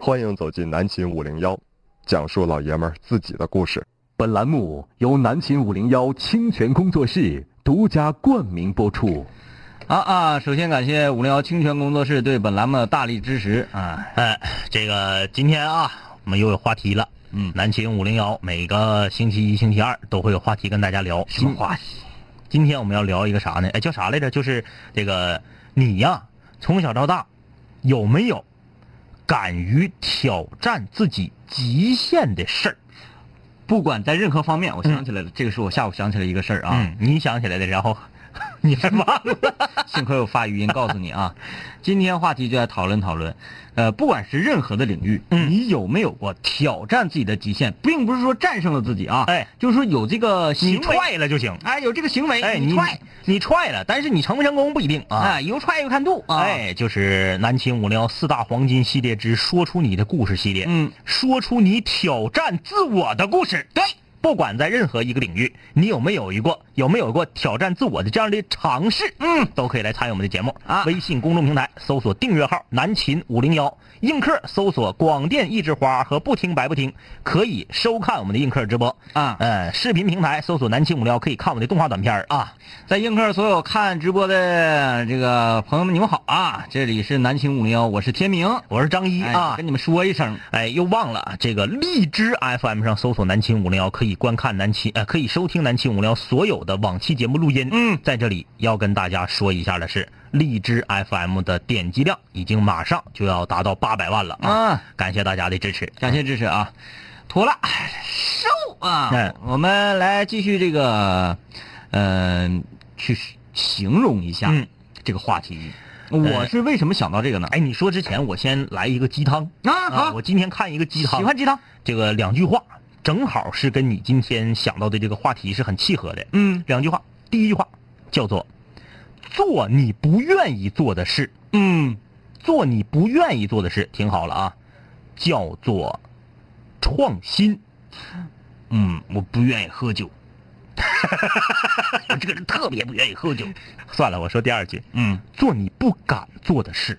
欢迎走进南秦五零幺，讲述老爷们儿自己的故事。本栏目由南秦五零幺清泉工作室独家冠名播出。啊啊！首先感谢五零幺清泉工作室对本栏目的大力支持啊！哎，这个今天啊，我们又有话题了。嗯南秦五零幺每个星期一、星期二都会有话题跟大家聊。什么话题？今天我们要聊一个啥呢？哎，叫啥来着？就是这个你呀，从小到大有没有敢于挑战自己极限的事儿？不管在任何方面，我想起来了，这个是我下午想起来一个事儿啊。嗯，你想起来的，然后 你还忘了？幸亏我发语音告诉你啊，今天话题就来讨论讨论，呃，不管是任何的领域，嗯你有没有过挑战自己的极限，并不是说战胜了自己啊，哎，就是说有这个你行为，踹了就行。哎，有这个行为，哎，你你踹，你踹了，但是你成不成功不一定啊。哎，有踹有看度啊，，哎，就是南秦五零幺四大黄金系列之“说出你的故事”系列，嗯，说出你挑战自我的故事。对，不管在任何一个领域，你有没有一过有没有过挑战自我的这样的尝试，嗯，都可以来参与我们的节目啊微信公众平台搜索订阅号“南秦五零幺”，映客搜索“广电一枝花”和“不听白不听”，可以收看我们的映客直播啊呃，视频平台搜索“南秦五零幺”，可以看我们的动画短片儿啊。在映客所有看直播的这个朋友们，你们好啊！这里是南青五零幺，我是天明我是张一哎啊，跟你们说一声，哎，又忘了啊这个荔枝 FM 上搜索“南秦五零幺”，可以观看南秦，呃，可以收听南秦五零幺所有的往期节目录音。嗯，在这里要跟大家说一下的是，荔枝 FM 的点击量已经马上就要达到八百万了啊！啊，感谢大家的支持。感谢支持啊！妥了，收啊！哎我们来继续这个，嗯、去形容一下嗯这个话题。我是为什么想到这个呢？哎，你说之前，我先来一个鸡汤啊好哎我今天看一个鸡汤，喜欢鸡汤，这个两句话，正好是跟你今天想到的这个话题是很契合的。嗯两句话，第一句话叫做“做你不愿意做的事”。嗯，做你不愿意做的事，听好了啊，叫做创新。嗯，我不愿意喝酒， 我这个人特别不愿意喝酒。算了，我说第二句，嗯，做你不敢做的事，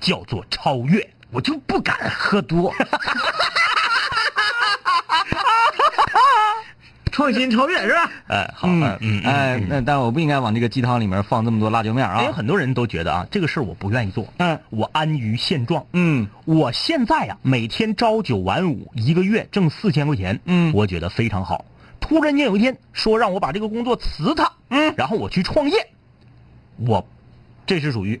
叫做超越。我就不敢喝 多。创新超越是吧？哎，好，嗯嗯嗯，哎，那但我不应该往这个鸡汤里面放这么多辣椒面儿哎有啊。很多人都觉得啊，这个事儿我不愿意做，嗯我安于现状。嗯我现在呀、每天朝九晚五，一个月挣四千块钱，嗯我觉得非常好。突然间有一天说让我把这个工作辞它，嗯，然后我去创业，我这是属于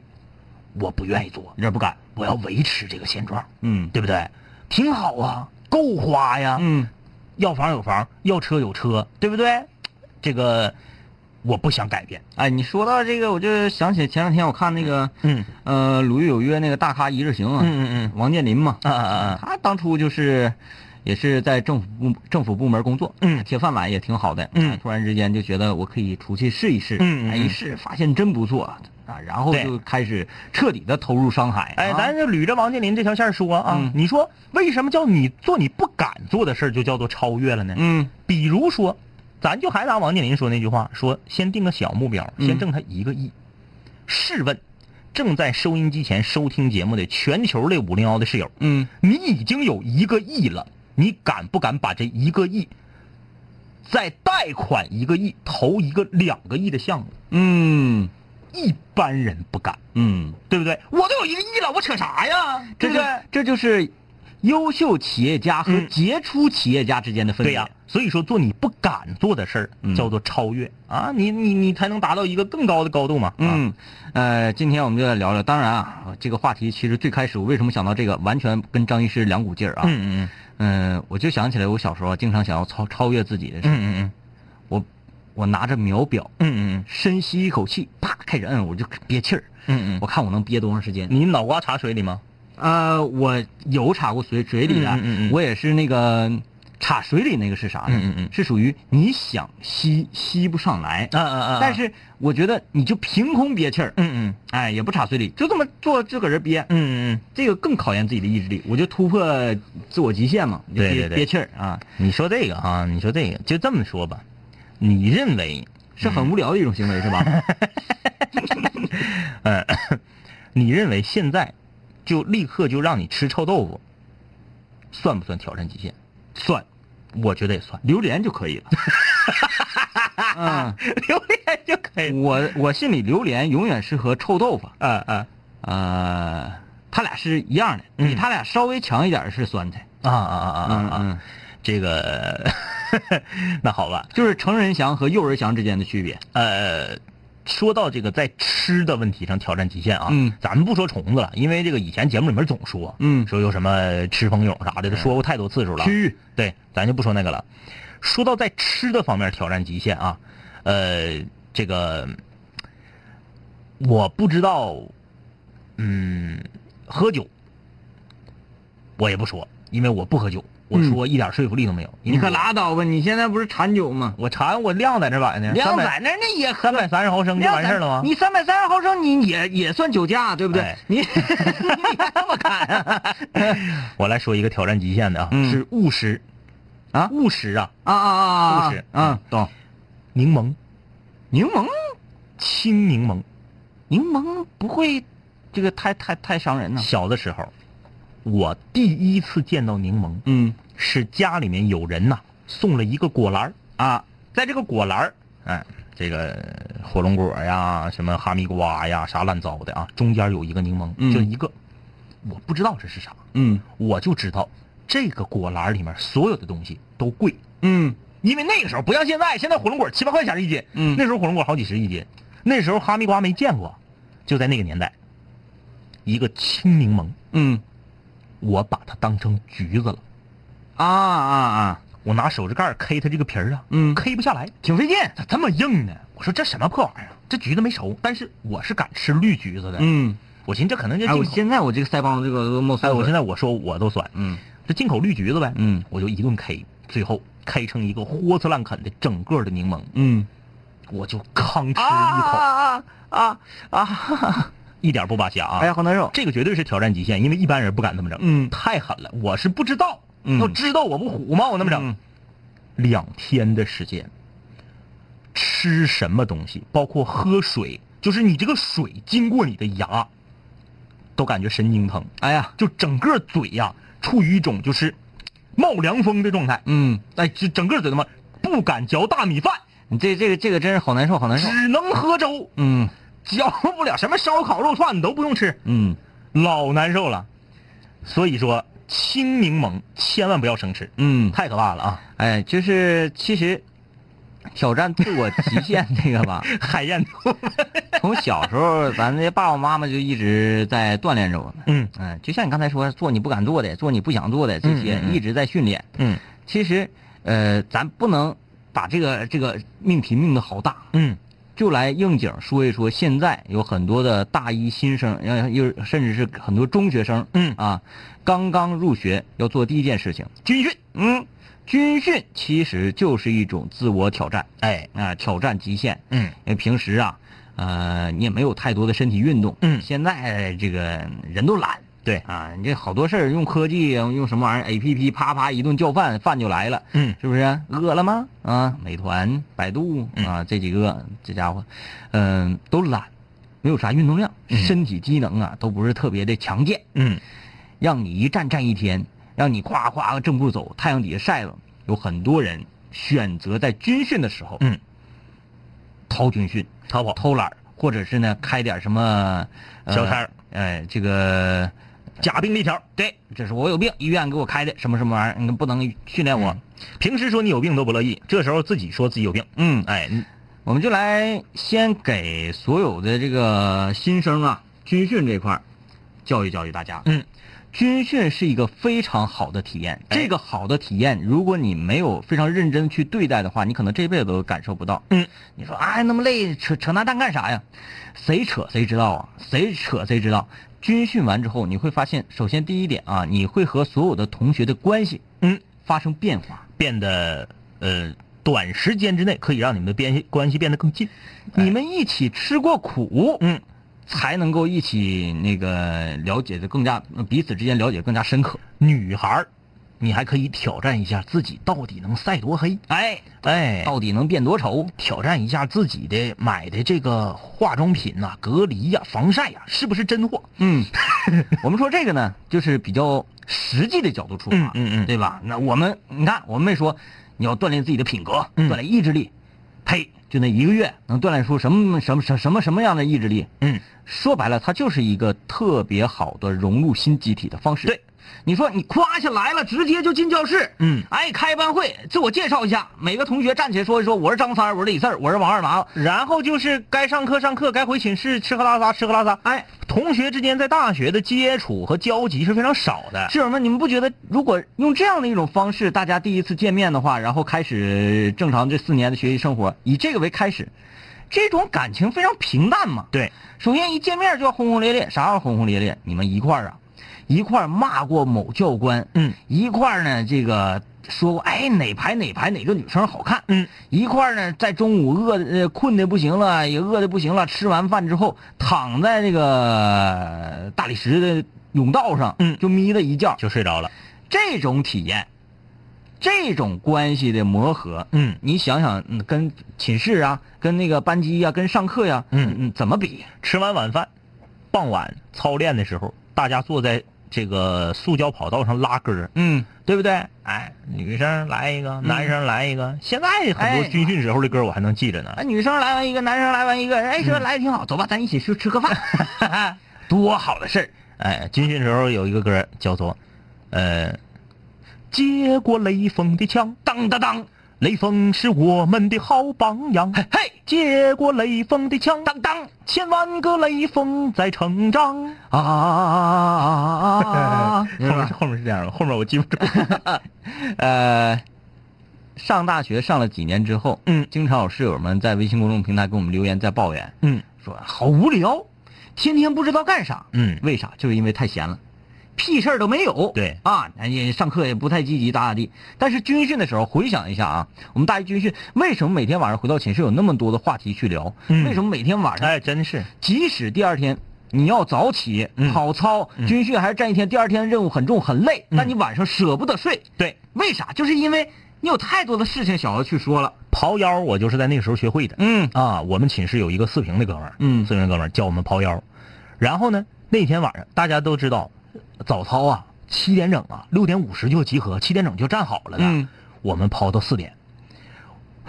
我不愿意做，有点不敢。我要维持这个现状，嗯对不对？挺好啊，够花呀，嗯要房有房，要车有车，对不对？这个我不想改变，哎，你说到这个，我就想起前两天我看那个，嗯呃，《鲁豫有约》那个大咖一日行啊，嗯嗯王健林嘛，嗯啊啊啊，他当初就是也是在政府部政府部门工作，嗯铁饭碗也挺好的，嗯哎突然之间就觉得我可以出去试一试，嗯嗯哎，嗯一试发现真不错啊，然后对就开始彻底的投入商海，哎，啊咱就捋着王健林这条线儿说啊，嗯你说为什么叫你做你不敢做的事儿就叫做超越了呢？嗯比如说，咱就还拿王健林说那句话，说先定个小目标，嗯先挣他一个亿。试问，正在收音机前收听节目的全球的五零幺的室友，嗯你已经有一个亿了，你敢不敢把这一个亿，再贷款一个亿，投一个两个亿的项目？嗯一般人不敢，嗯，对不对？我都有一个亿了，我扯啥呀？对这不就对？这就是优秀企业家和嗯杰出企业家之间的分对别呀、所以说做你不敢做的事嗯儿叫做超越、啊，你你你才能达到一个更高的高度嘛。啊，嗯，呃，今天我们就来聊聊。当然啊，这个话题其实最开始我为什么想到这个，完全跟张医师两股劲儿啊。嗯嗯嗯、我就想起来我小时候啊经常想要超超越自己的事。嗯嗯嗯我我拿着秒表，嗯嗯深吸一口气，啪开始摁，我就憋气儿。嗯嗯嗯我看我能憋多长时间。你脑瓜插水里吗？呃，我有插过水嘴里的，啊嗯嗯嗯嗯我也是那个插水里那个是啥呢？嗯嗯嗯是属于你想吸吸不上来，啊啊啊但但是是我觉得你就凭空憋气儿。嗯嗯哎，也不插嘴里，就这么坐就搁这憋，嗯嗯，这个更考验自己的意志力。我就突破自我极限嘛，对就对对憋气儿啊，你说这个啊，你说这个就这么说吧，你认为是嗯很无聊的一种行为，是吧？你认为现在就立刻就让你吃臭豆腐，算不算挑战极限？算， 我觉得也算。榴莲就可以了。 嗯，榴莲就可以了。我我心里榴莲永远是和臭豆腐，啊啊呃，它俩是一样的，比嗯它俩稍微强一点的是酸菜，啊啊啊啊嗯啊！嗯这个 那好吧，就是成人翔和幼儿翔之间的区别。呃，说到这个在吃的问题上挑战极限啊，嗯咱们不说虫子了，因为这个以前节目里面总说，嗯说有什么吃蜂蛹啥的，都说过太多次数了。区域对，咱就不说那个了。说到在吃的方面挑战极限啊，呃，这个我不知道，嗯，喝酒我也不说，因为我不喝酒，我嗯说一点说服力都没有。因你为可我拉倒吧，你现在不是馋酒吗？我馋，我量在那摆呢，量300在那儿那也喝三嗯百三十毫升就完事儿了吗？你三百三十毫升，你也也算酒驾，对不对？哎你 你还这么看 啊？我来说一个挑战极限的啊，嗯是误食啊误食啊，啊啊啊啊不是！嗯啊，懂。柠檬，柠檬，青柠檬。柠檬不会这个太太太伤人呢。小的时候，我第一次见到柠檬，嗯是家里面有人呐、送了一个果篮儿啊，在这个果篮儿，哎，这个火龙果呀，什么哈密瓜呀，啥乱糟的啊，中间有一个柠檬，嗯就一个，我不知道这是啥，嗯我就知道这个果篮儿里面所有的东西都贵，嗯因为那个时候不像现在，现在火龙果七八块钱一斤，嗯那时候火龙果好几十一斤，那时候哈密瓜没见过，就在那个年代，一个青柠檬，嗯我把它当成橘子了，啊啊啊！我拿手指盖儿 K 它这个皮儿啊，嗯，K 不下来，挺费劲。咋这么硬呢？我说这什么破玩意儿？啊这橘子没熟，但是我是敢吃绿橘子的，嗯，我寻思这可能就哎，我进口，现在我这个腮帮子这个都冒哎，酸我水现在我说我都酸，嗯这进口绿橘子呗，嗯我就一顿 K，最后 K 成一个豁呲烂啃的整个的柠檬，嗯我就吭吃啊一口。啊啊啊啊！一点不扒瞎啊！哎呀，好难受。这个绝对是挑战极限，因为一般人不敢这么整，嗯太狠了。我是不知道，嗯要知道我不虎吗？我那么整，嗯两天的时间，吃什么东西，包括喝水，就是你这个水经过你的牙，都感觉神经疼，哎呀，就整个嘴呀、处于一种就是冒凉风的状态，嗯，哎，就整个嘴他妈不敢嚼大米饭，你这这个这个真是好难受，好难受。只能喝粥，嗯嚼不了什么烧烤肉串，你都不用吃。嗯。老难受了。所以说，青柠檬千万不要生吃，嗯，太可怕了啊！哎，就是其实挑战自我极限这个吧，海燕肚， 从小时候咱这爸爸妈妈就一直在锻炼着我们。嗯嗯，就像你刚才说，做你不敢做的，做你不想做的这些嗯，嗯嗯一直在训练。嗯其实，呃，咱不能把这个这个命题命的好大，嗯就来应景说一说，现在有很多的大一新生，然后又甚至是很多中学生嗯，啊，刚刚入学要做第一件事情，军训，嗯，军训其实就是一种自我挑战哎，啊、挑战极限。嗯因为平时啊，呃，你也没有太多的身体运动。嗯现在这个人都懒。对啊，你这好多事儿用科技啊用什么玩意儿 A P P，啪啪一顿叫饭，饭就来了，嗯是不是？饿了吗？啊，美团、百度嗯啊，这几个这家伙，嗯、都懒，没有啥运动量，嗯身体机能啊都不是特别的强健。嗯让你一站站一天，让你夸夸正步走，太阳底下晒了。有很多人选择在军训的时候嗯，逃军训、逃跑，偷懒儿，或者是呢开点什么、呃小差儿，哎，这个假病历条，对，这是我有病，医院给我开的什么什么玩意儿，你不能训练我我。嗯平时说你有病都不乐意，这时候自己说自己有病，嗯，哎，我们就来先给所有的这个新生啊，军训这块儿教育教育大家。嗯，军训是一个非常好的体验，哎这个好的体验，如果你没有非常认真去对待的话，你可能这辈子都感受不到。嗯，你说哎那么累，扯扯那蛋干啥呀？谁扯谁知道啊？谁扯谁知道？军训完之后，你会发现，首先第一点啊，你会和所有的同学的关系嗯，发生变化。变得呃，短时间之内可以让你们的边系关系变得更近，你们一起吃过苦，哎嗯，才能够一起那个了解的更加呃彼此之间了解更加深刻。女孩儿，你还可以挑战一下自己到底能晒多黑，哎，哎，到底能变多丑？挑战一下自己的买的这个化妆品呐、嗯 隔离呀、防晒呀、是不是真货？嗯，我们说这个呢，就是比较实际的角度出嗯发，嗯嗯对吧？那我们你看，我们没说你要锻炼自己的品格，嗯锻炼意志力，呸，就那一个月能锻炼出什么什么什么什么什么样的意志力？嗯，说白了，它就是一个特别好的融入新集体的方式。对，你说你夸下来了，直接就进教室，嗯哎，开班会，自我介绍一下，每个同学站起来说一说，我是张三儿，我是李四儿，我是王二麻子，然后就是该上课上课，该回寝室吃喝拉撒吃喝拉撒。哎，同学之间在大学的接触和交集是非常少的。室友们，你们不觉得如果用这样的一种方式，大家第一次见面的话，然后开始正常这四年的学习生活，以这个为开始，这种感情非常平淡嘛？对，首先一见面就要轰轰烈烈，啥叫轰轰烈烈？你们一块儿啊，一块儿骂过某教官，嗯，一块儿呢这个说过，哎哪排哪排哪个女生好看，嗯，一块儿呢在中午饿呃困的不行了，也饿的不行了，吃完饭之后躺在这个大理石的甬道上，嗯就眯了一觉，就睡着了。这种体验，这种关系的磨合，嗯你想想，嗯跟寝室啊，跟那个班级呀、跟上课呀、嗯嗯，怎么比？吃完晚饭，傍晚操练的时候，大家坐在这个塑胶跑道上拉歌，嗯，对不对？哎，女生来一个，男生来一个。现在很多哎军训时候的歌我还能记着呢。啊，女生来完一个，男生来完一个，哎，说来的挺好，走吧，咱一起去吃个饭，啊多好的事儿。哎，军训时候有一个歌叫做，呃，接过雷锋的枪，当当当，雷锋是我们的好榜样。嘿，接过雷锋的枪，当当千万个雷锋在成长。啊哎啊后 啊！面是后面是这样的，后面我记 不住。呃，上大学上了几年之后，嗯经常有室友们在微信公众平台给我们留言，在抱怨，嗯说好无聊，天天不知道干啥。嗯为啥？就是因为太闲了，屁事儿都没有。对啊，哎也上课也不太积极，咋咋地。但是军训的时候，回想一下啊，我们大一军训为什么每天晚上回到寝室有那么多的话题去聊？嗯为什么每天晚上，哎，真是。即使第二天你要早起、嗯跑操、军训还是站一天，第二天任务很重很累，嗯但你晚上舍不得睡，对，为啥？就是因为你有太多的事情想要去说了。刨腰我就是在那个时候学会的。嗯啊，我们寝室有一个四平的哥们儿，嗯四平的哥们儿教我们刨腰。然后呢，那天晚上大家都知道，早操啊，七点整啊，六点五十就集合，七点整就站好了的。嗯我们刨到四点，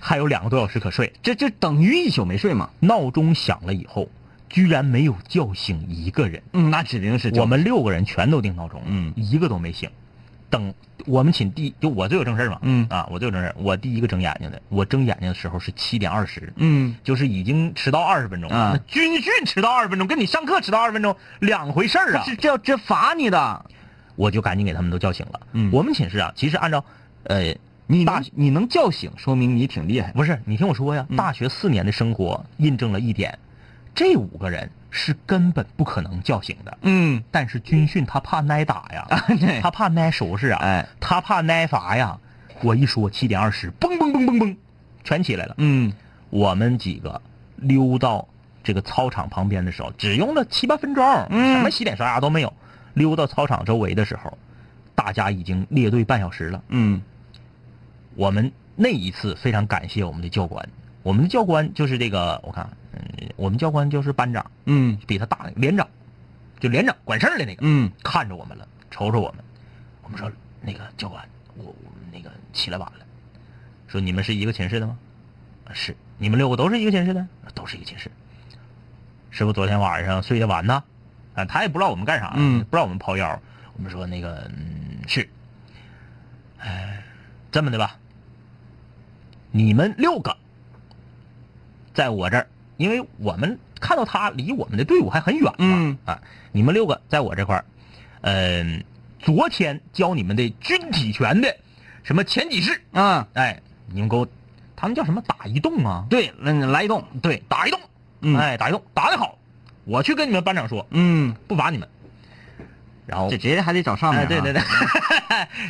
还有两个多小时可睡。这这等于一宿没睡嘛？闹钟响了以后，居然没有叫醒一个人。嗯，那指定是我们六个人全都定闹钟，嗯一个都没醒。等我们寝第就我最有正事儿嘛，嗯啊，我最有正事儿，我第一个睁眼睛的，我睁眼睛的时候是七点二十，嗯就是已经迟到二十分钟啊那军训迟到二十分钟，跟你上课迟到二十分钟两回事儿啊这！这这罚你的。我就赶紧给他们都叫醒了。嗯我们寝室啊，其实按照，呃，你大能你能叫醒，说明你挺厉害。不是你听我说呀，嗯大学四年的生活印证了一点，这五个人是根本不可能叫醒的。嗯，但是军训他怕挨打呀， 对他怕挨收拾啊，哎，他怕挨罚呀。我一说七点二十，嘣嘣嘣嘣嘣，全起来了。嗯，我们几个溜到这个操场旁边的时候，只用了七八分钟，嗯什么洗脸刷牙都没有。溜到操场周围的时候，大家已经列队半小时了。嗯，我们那一次非常感谢我们的教官，我们的教官就是这个，我看，嗯，我们教官就是班长，嗯，比他大那个连长，就连长管事儿的那个，嗯，看着我们了，瞅瞅我们，我们说那个教官，我我们那个起来晚了，说你们是一个寝室的吗？啊是，你们六个都是一个寝室的，啊都是一个寝室。师傅昨天晚上睡得晚呐，啊，他也不知道我们干啥，嗯不知道我们刨腰。我们说那个，嗯，是，哎，这么的吧，你们六个在我这儿，因为我们看到他离我们的队伍还很远嘛，嗯啊，你们六个在我这块儿，嗯、昨天教你们的军体拳的什么前几式，啊，哎，你们给我，他们叫什么打一动啊？对，那你来一动，对，打一动，嗯哎，打一动，打得好，我去跟你们班长说，嗯，不罚你们。然后 这直接还得找上面、啊哎，对对对，，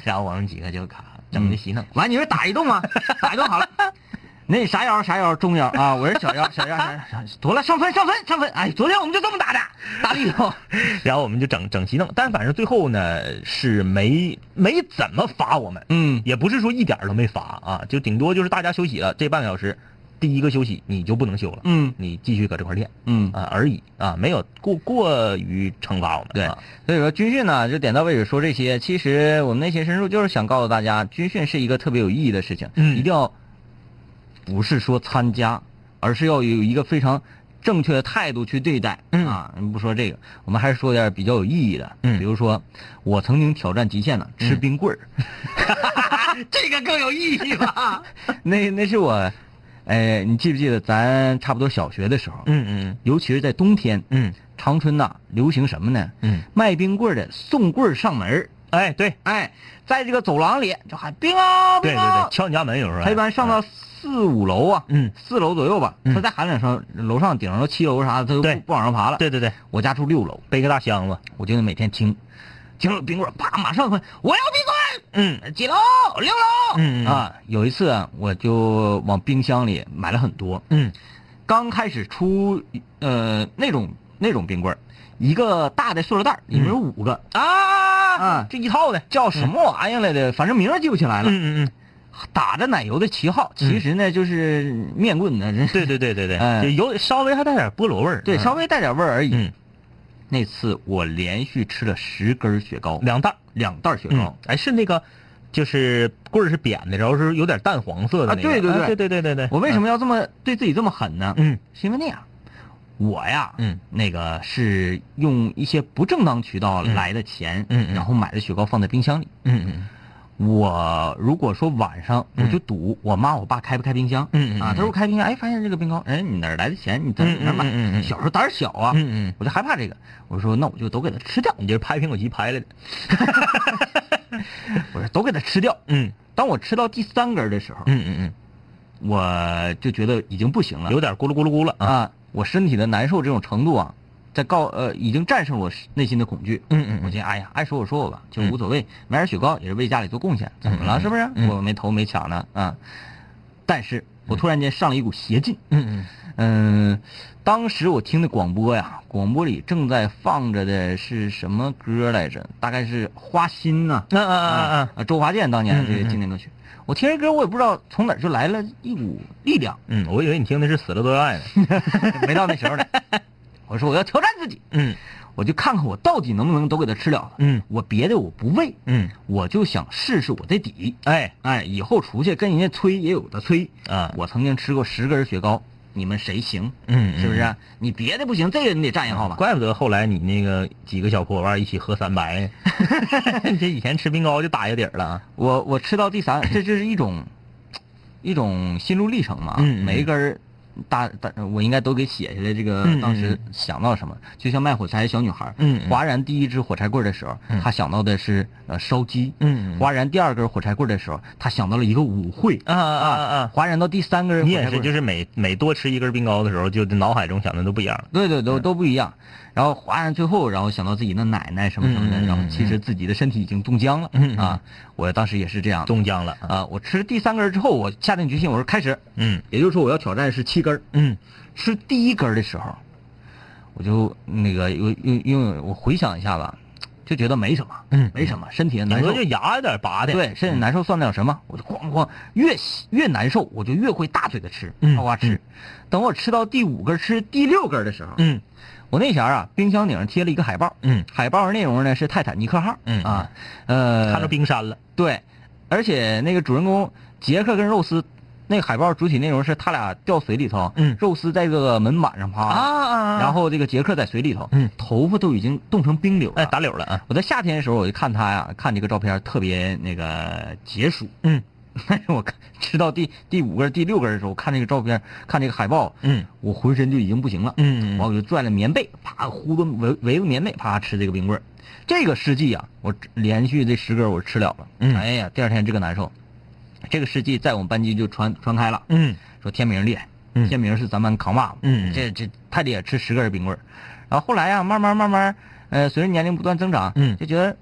然后我们几个就卡整的洗弄， 完你说打一动啊，打一动好了。 那你啥腰啥腰中腰啊，我是小腰小腰小腰，小腰得了上分上分上分，哎，昨天我们就这么打的，打了一通，然后我们就整整齐弄，但反正最后呢是没没怎么罚我们，嗯也不是说一点儿都没罚啊，就顶多就是大家休息了这半个小时，第一个休息你就不能休了，嗯你继续搁这块练嗯，啊而已啊，没有过过于惩罚我们。对啊，所以说军训呢，就点到为止说这些。其实我们内心深处就是想告诉大家，军训是一个特别有意义的事情，嗯一定要不是说参加，而是要有一个非常正确的态度去对待。嗯啊，不说这个，我们还是说点比较有意义的。嗯比如说我曾经挑战极限了，吃嗯冰棍儿， 这个更有意义吧？ 那那是我，哎，你记不记得咱差不多小学的时候，嗯尤其是在冬天，嗯长春呐、流行什么呢？嗯嗯，卖冰棍儿的送棍儿上门儿哎对哎，在这个走廊里就喊冰啊对冰对啊对，，敲你家门有时候还。他一般上到四五楼啊，嗯四楼左右吧，嗯他再喊两声，楼上顶上七楼啥的，他都对不不往上爬了。对对对，我家住六楼，背个大箱子。我就每天听，听了冰棍儿啪，马上问我要冰嗯棍儿，几楼？六楼。嗯嗯啊，有一次啊我就往冰箱里买了很多，嗯刚开始出呃那种那种冰棍儿，一个大的塑料袋儿，里面有五个、啊啊这一套的。叫什么玩意儿来的，反正名儿记不起来了。嗯嗯嗯，打着奶油的旗号，其实呢就是面棍呢，真是对对对对对，哎就有稍微还带点菠萝味儿。对，嗯稍微带点味儿而已。嗯那次我连续吃了十根雪糕，两袋儿。两袋雪嗯糕，，哎，是那个，就是棍儿是扁的，然后是有点淡黄色的那个。啊对对对哎对对对对对。我为什么要这么对自己这么狠呢？嗯是因为那样，我呀，嗯那个是用一些不正当渠道嗯来的钱，嗯嗯然后买的雪糕放在冰箱里。嗯嗯我如果说晚上我嗯就赌我妈我爸开不开冰箱，嗯嗯嗯啊，他说开冰箱，哎，发现这个冰糕，哎，你哪儿来的钱？你在嗯嗯哪儿买？嗯嗯嗯小时候胆儿小啊，嗯嗯，我就害怕这个，我说那我就都给它吃掉，你这是拍苹果肌拍来 的。我说都给它吃掉。嗯当我吃到第三根儿的时候，嗯嗯我就觉得已经不行了嗯，有点咕噜咕噜咕噜啊。啊，我身体的难受这种程度啊，在告呃已经战胜了我内心的恐惧。嗯嗯我嗯寻思，哎呀，爱说我说我吧，就嗯无所谓。买点雪糕也是为家里做贡献，怎么了？嗯嗯是不是？嗯我没偷没抢的啊。但是我突然间上了一股邪劲，嗯嗯嗯、当时我听的广播呀，广播里正在放着的是什么歌来着？大概是《花心》呐、嗯啊啊啊啊！啊，周华健当年嗯这嗯个嗯经典歌曲。我听这歌，我也不知道从哪儿就来了一股力 量，嗯，我以为你听的是《死了多 爱》呢。没到那时候呢。我说我要挑战自己，嗯我就看看我到底能不能都给他吃了它。嗯我别的我不喂，嗯，我就想试试我的底。哎哎，以后出去跟人家催也有的催。啊，我曾经吃过十根雪糕，你们谁行？嗯嗯是不是？你别的不行，这个你得占一号吧？怪不得后来你那个几个小伙伴一起喝三白 呢，你这以前吃冰糕就打下底儿了啊。我我吃到第三，这这是一种一种心路历程嘛。嗯嗯每一根儿大大，我应该都给写下来。这个嗯嗯当时想到什么，就像卖火柴小女孩，嗯嗯划燃第一支火柴棍儿的时候，嗯她想到的是呃烧鸡。嗯划燃第二根火柴棍儿的时候，她想到了一个舞会。啊啊啊啊！划燃到第三根火你柴也棍是，儿就是每每多吃一根冰糕的时候，就脑海中想的都不一样了。对对都都不一样。然后划完最后，然后想到自己的奶奶什么什么嗯嗯的，嗯然后其实自己的身体已经冻僵了嗯嗯啊。我当时也是这样的中奖了啊！啊。我吃第三根之后，我下定决心，我说开始，嗯也就是说我要挑战是七根儿。嗯吃第一根儿的时候，我就那个因为因为我回想一下吧，就觉得没什么，嗯没什么，身体的顶难多受就。牙有点拔的。对，身体难受算得了什么？我就哐哐，越吸越难受，我就越会大嘴的吃，嗯哗哗吃。等我吃到第五根儿、吃第六根儿的时候，嗯我那前儿啊，冰箱顶上贴了一个海报，嗯，海报内容呢是泰坦尼克号，嗯啊，呃，看着冰山了。对，而且那个主人公杰克跟肉丝，那个海报主体内容是他俩掉水里头，嗯肉丝在这个门板上趴，啊然后这个杰克在水里头，嗯头发都已经冻成冰溜了。哎打柳了啊！我在夏天的时候我就看他呀，看这个照片特别那个解暑， 嗯，我看吃到第第五根、第六根的时候，看这个照片，看这个海报，嗯我浑身就已经不行了，嗯完我就拽了棉被，啪呼着围围着棉被，啪吃这个冰棍儿。这个试剂啊，我只连续这十根儿我吃了了，嗯哎呀，第二天这个难受，这个试剂在我们班级就传传开了，嗯说天明厉害，嗯天明是咱班扛把子，嗯嗯这这他得吃十根儿冰棍儿。然后后来啊，慢慢慢慢，呃，随着年龄不断增长，嗯就觉得，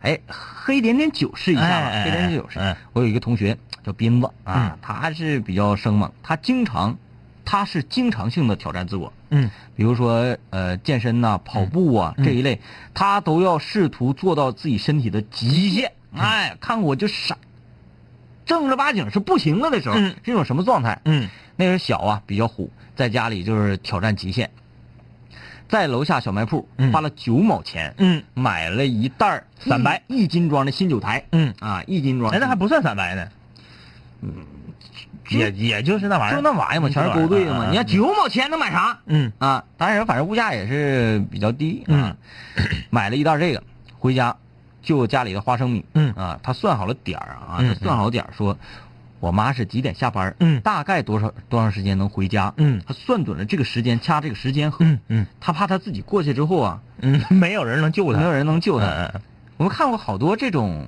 哎，喝一点点酒试一下吧，哎哎喝一点点酒试。哎哎我有一个同学叫斌子啊，嗯他还是比较生猛，他经常，他是经常性的挑战自我，嗯比如说呃健身呐、跑步啊、嗯这一类，他嗯都要试图做到自己身体的极限。哎，看我就傻，正儿八经是不行了的时候，嗯是一种什么状态？嗯那时候小啊，比较虎，在家里就是挑战极限，在楼下小卖铺嗯花了九毛钱、嗯买了一袋儿散白一一斤装的新酒台，嗯，啊，一斤装，哎，那还不算散白呢，就也也嗯就是那玩意儿，就那玩意儿嘛，啊全是勾兑的嘛。嗯你看九毛钱能买啥嗯啊？当然，反正物价也是比较低啊嗯。 买了一袋这个回家，就家里的花生米，嗯啊，他算好了点儿啊，嗯他算好点儿说，我妈是几点下班儿，嗯大概多少多长时间能回家，嗯他算准了这个时间，掐这个时间喝，嗯嗯他怕他自己过去之后啊，嗯， 没有人能救他，没有人能救他。嗯嗯我们看过好多这种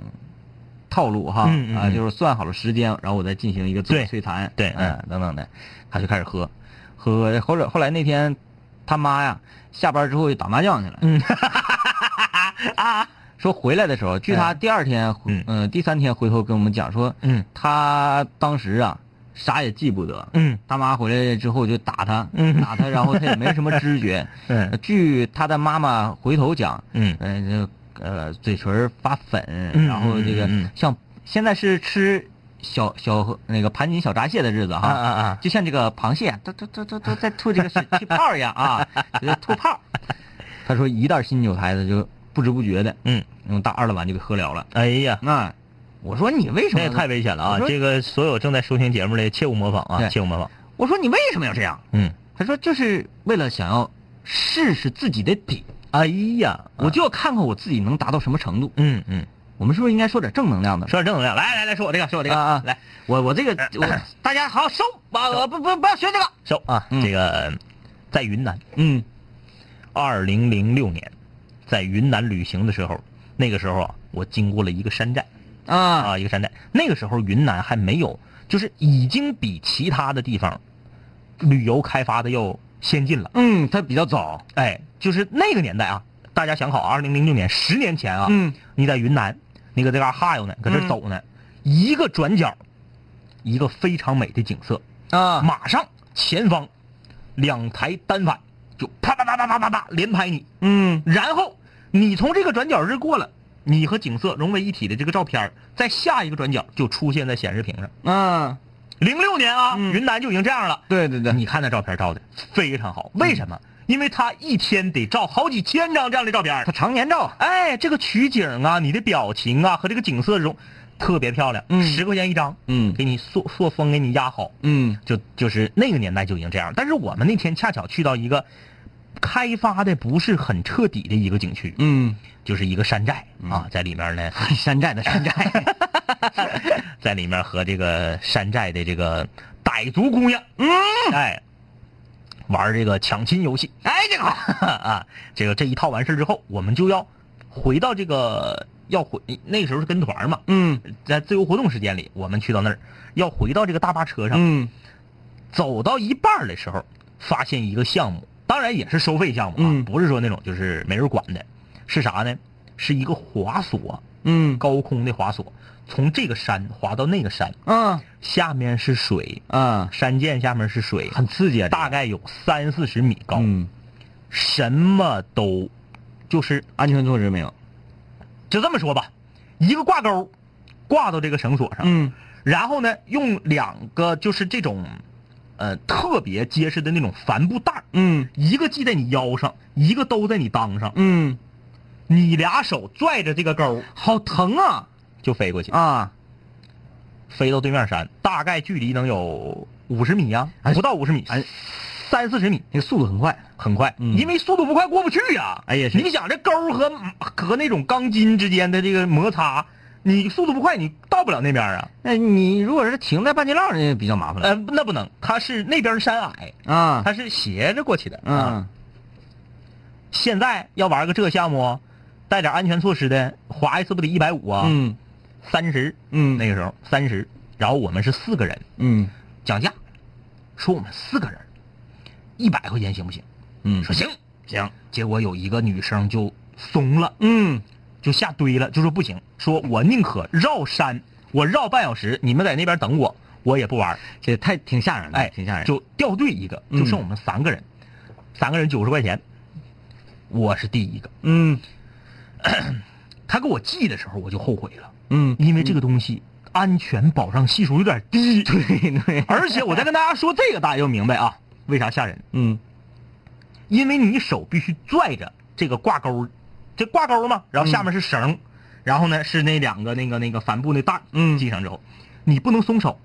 套路哈，嗯嗯啊，嗯就是算好了时间，然后我再进行一个自我对催谈，对嗯，等等的，他就开始喝，喝，或者后来那天他妈呀下班之后就打麻将去了，嗯， 啊，说回来的时候，据他第二天，嗯呃，第三天回头跟我们讲说，嗯他当时啊啥也记不得，嗯他妈回来之后就打他，嗯打他，然后他也没什么知觉， 呃嗯据他的妈妈回头讲，嗯呃，这呃，嘴唇儿发粉，嗯然后这个嗯嗯嗯像现在是吃小小那个盘锦小闸蟹的日子啊哈，啊啊，就像这个螃蟹都都都都都在吐这 个水气泡一样啊，就在吐泡。他说一袋新酒台子就不知不觉的嗯，用大二的碗就给喝了了。哎呀。那我说你为什这么也太危险了我啊！说这个所有正在收听节目的，切勿模仿啊！对切勿模仿。我说你为什么要这样？嗯，他说就是为了想要试试自己的底，哎呀，我就要看看我自己能达到什么程度。嗯嗯，我们是不是应该说点正能量的？说点正能量，来来来，说我这个，说我这个，啊啊来我我这个我大家好收，我我不不不要学这个。收啊！嗯这个在云南，嗯二零零六年，在云南旅行的时候，那个时候啊，我经过了一个山寨啊啊，一个山寨。那个时候云南还没有，就是已经比其他的地方旅游开发的要先进了。嗯，他比较早。哎，就是那个年代啊，大家想好，二零零六年，十年前啊，嗯你在云南，你搁这嘎哈悠呢，搁这走呢，一个转角，一个非常美的景色，啊马上前方两台单反就啪啪啪啪啪啪啪连拍你，嗯然后你从这个转角这过了，你和景色融为一体的这个照片儿，在下一个转角就出现在显示屏上。啊，零六年啊，嗯云南就已经这样了。对对对，你看那照片照的非常好，为什么？因为他一天得照好几千张这样的照片儿，他常年照。啊哎，这个取景啊，你的表情啊和这个景色中特别漂亮，嗯十块钱一张，嗯给你塑塑封，给你压好，嗯就就是那个年代就已经这样。但是我们那天恰巧去到一个开发的不是很彻底的一个景区，嗯，就是一个山寨啊，在里面 呢，山寨的山寨。在里面和这个山寨的这个傣族姑娘，嗯，哎，玩这个抢亲游戏，哎，这个好。 啊，这个这一套完事儿之后，我们就要回到这个要回那个时候是跟团嘛， 嗯在自由活动时间里，我们去到那儿要回到这个大巴车上，嗯走到一半儿的时候，发现一个项目，当然也是收费项目啊，嗯不是说那种就是没人管的，是啥呢？是一个滑索，嗯高空的滑索，从这个山滑到那个山，啊下面是水，啊，山涧下面是水，很刺激啊，这个大概有三四十米高，嗯，什么都就是安全措施没有？就这么说吧，一个挂钩挂到这个绳索上，嗯然后呢，用两个就是这种呃特别结实的那种帆布袋儿嗯一个系在你腰上，一个兜在你裆上，嗯，你俩手拽着这个钩儿好疼啊就飞过去，啊！飞到对面山，大概距离能有五十米呀、不到五十米，哎三四十米，那个速度很快。很快，嗯因为速度不快过不去呀、哎也是你想这钩儿和和那种钢筋之间的这个摩擦，你速度不快，你到不了那边儿啊。那你如果是停在半截道，那就比较麻烦了呃，那不能，它是那边山矮，啊。它是斜着过去的。啊，嗯现在要玩个这项目，带点安全措施的，滑一次不得一百五啊？，嗯三十，嗯那个时候三十。然后我们是四个人，嗯讲价，说我们四个人，一百块钱行不行？嗯说行行。结果有一个女生就怂了，嗯就下堆了，就说不行，说我宁可绕山，我绕半小时，你们在那边等我，我也不玩。这太挺吓人的，哎，嗯挺吓人。就掉队一个，嗯就剩我们三个人，三个人九十块钱，我是第一个。嗯他给我寄的时候我就后悔了，嗯 因为这个东西、安全保障系数有点低。对对，而且我再跟大家说这个，大家就明白啊，为啥吓人？嗯因为你手必须拽着这个挂钩，这挂钩嘛，然后下嗯面是绳，然后呢是那两个那个那个帆布那带，嗯系上之后，你不能松手，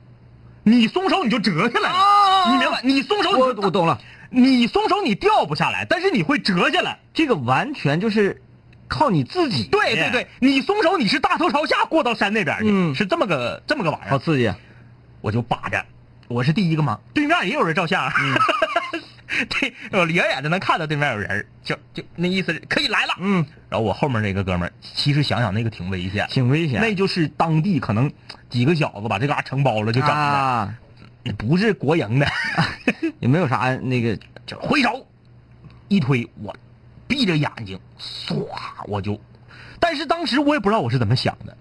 你松手你就折下来了，你明白？你松手你啊我就我懂了，你松手你掉不下来，但是你会折下来。这个完全就是靠你自己。对对对，你松手你是大头朝下过到山那边去，哎嗯是这么个这么个玩意好儿。刺激啊！我就扒着，我是第一个吗？对面也有人照相，嗯 对，我远远的能看到对面有人儿，就就那意思是可以来了。嗯，然后我后面那个哥们儿，其实想想那个挺危险，挺危险。那就是当地可能几个小子把这嘎承包了就整的，啊，不是国营的， 也没有啥那个就挥手一推，我闭着眼睛，唰我就，但是当时我也不知道我是怎么想的，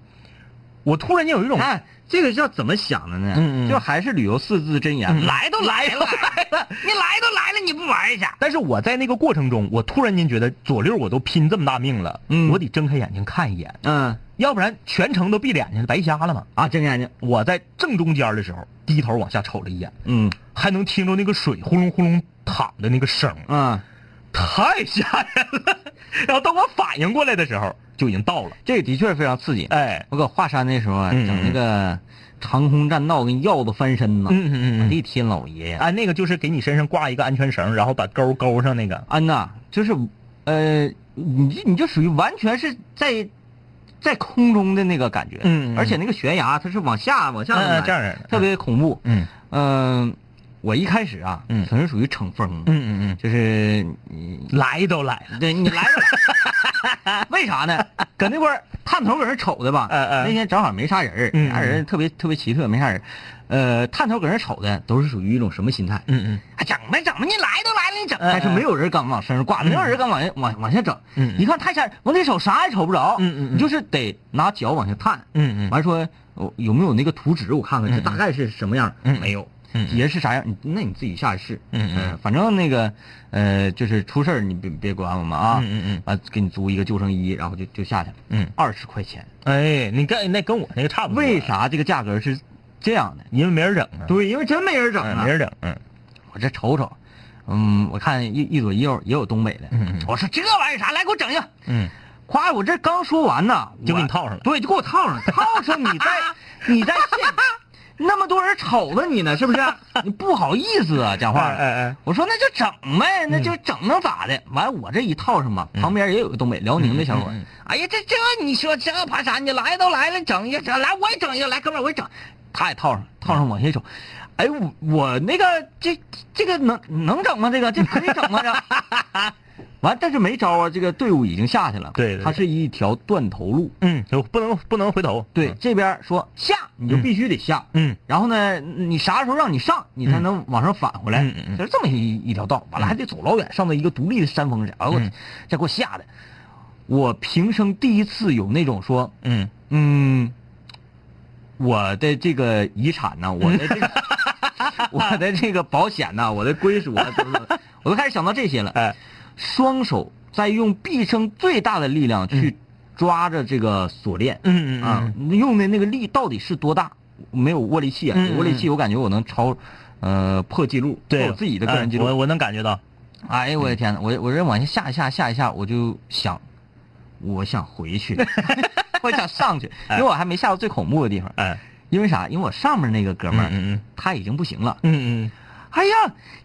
我突然间有一种，哎，这个叫怎么想的呢？嗯嗯嗯就还是旅游四字真言，嗯来都来了， 你来都来了，你不玩一啊下？但是我在那个过程中，我突然间觉得左六我都拼这么大命了，嗯我得睁开眼睛看一眼，嗯要不然全程都闭着眼睛白瞎了嘛。啊，睁眼睛，我在正中间的时候，低头往下瞅了一眼，嗯还能听着那个水呼隆呼隆淌的那个声儿，啊，太吓人了。然后等我反应过来的时候，就已经到了。这个的确是非常刺激。哎，我搁华山那时候啊，嗯嗯整那个长空栈道跟鹞子翻身呐，嗯嗯我嗯，的天老爷呀！啊，那个就是给你身上挂一个安全绳，然后把钩勾上那个。安呐，就是，呃，你就你就属于完全是在在空中的那个感觉，嗯嗯而且那个悬崖它是往下往下嗯嗯来这样的特别恐怖，嗯嗯、我一开始啊，嗯纯属于逞风，嗯嗯就是你嗯，来都来了。对你来 了，为啥呢？搁那块儿探头搁那瞅的吧，嗯嗯那天正好没啥人儿，嗯嗯啥人特别特别奇特，没啥人儿，呃，探头搁那瞅的都是属于一种什么心态？嗯嗯啊，整呗整呗，你来都来了，你整。嗯但是没有人敢往身上挂，嗯没有人敢往下往往下整。嗯一看太吓人，我那手啥也瞅不着。嗯嗯嗯你就是得拿脚往下探。嗯嗯完说哦有没有那个图纸，我看看这大概是什么样。嗯嗯没有。嗯嗯也是啥样，你那你自己下去试。嗯嗯呃反正那个呃，就是出事儿你别别管我们啊。嗯嗯嗯啊，给你租一个救生衣，然后就就下去了。嗯二十块钱，哎，你跟那跟我那个差不多。为？啥这个价格是这样的？因为没人整啊。对，因为真没人整嗯，啊没。人整。嗯我这瞅瞅，嗯，我看一一左一右也有东北的，嗯嗯我说这玩意儿啥，来给我整一个，嗯，夸我这刚说完呢，就给你我套上了对，就给我套 上了，套上你在你在现，那么多人瞅着你呢，是不是？你不好意思啊，讲话。哎哎嗯哎我说那就整呗，那就整能咋的？完，我这一套上吧，旁边也有个东北辽宁的小伙儿嗯嗯嗯嗯哎呀，这这你说这怕啥？你来都来了，整一整，来我也整一个，来哥们儿我也整，他也套上，套上往下走。哎，我我那个这这个能能整吗？这个这可以整吗？这完，但是没招啊，这个队伍已经下去了。对对对它是一条断头路。嗯，就不能不能回头。对，这边说下你就必须得下，嗯然后呢，你啥时候让你上，你才能往上返回来，嗯嗯嗯就是这么一一条道。完了还得走老远，上到一个独立的山峰上，哎呦我嗯这给我吓的，我平生第一次有那种说，嗯嗯，我的这个遗产呢、我的这 个，我的这个保险呐、我的归属啊，怎么怎么我都开始想到这些了。哎，双手在用毕生最大的力量去抓着这个锁链，嗯嗯嗯嗯啊，用的那个力到底是多大？没有握力器啊，嗯嗯有握力器我感觉我能超，呃，破记录，破对，我自己的个人记录。哎我我嗯能感觉到。哎呦我的天呐，我我这往下下一下下一下，我就想，我想回去， 我想上去，因为我还没下到最恐怖的地方。哎，因为啥？因为我上面那个哥们儿、嗯嗯他已经不行了。嗯嗯哎呀，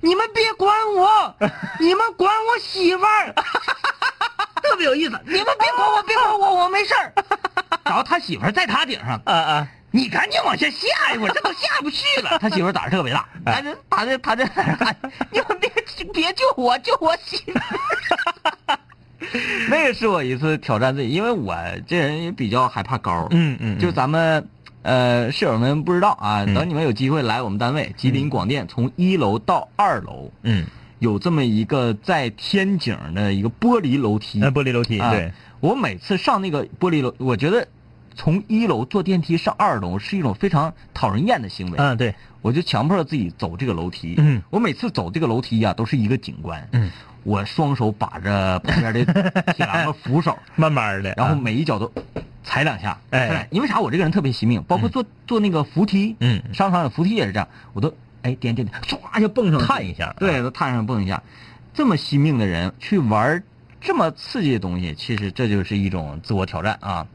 你们别管 我，你们管我媳妇儿， 特别有意思。你们别管我，别管我，我没事 儿。然后他媳妇儿在他顶上，啊啊，你赶紧往下下呀，我这都下不去了。哎他媳妇儿胆儿特别大，他这他这他这，你们别别救我，救我媳妇儿。 那个是我一次挑战自己，因为我这人也比较害怕高，嗯嗯，就咱们呃室友们不知道啊，嗯等你们有机会来我们单位吉林广电，从一楼到二楼嗯，有这么一个在天井的一个玻璃楼梯呃那，玻璃楼梯，啊对，，我每次上那个玻璃楼，我觉得从一楼坐电梯上二楼是一种非常讨人厌的行为。嗯对，我就强迫自己走这个楼梯。嗯我每次走这个楼梯呀、都是一个景观。嗯，我双手把着旁边的铁栏杆扶手，慢慢的，啊然后每一脚都踩两下，嗯哎踩两因为啥？我这个人特别惜命，包括坐坐那个扶梯，嗯商场有扶梯也是这样，我都哎点点点，唰就蹦上去，探一下啊对，都探上蹦一下。这么惜命的人去玩这么刺激的东西，其实这就是一种自我挑战啊。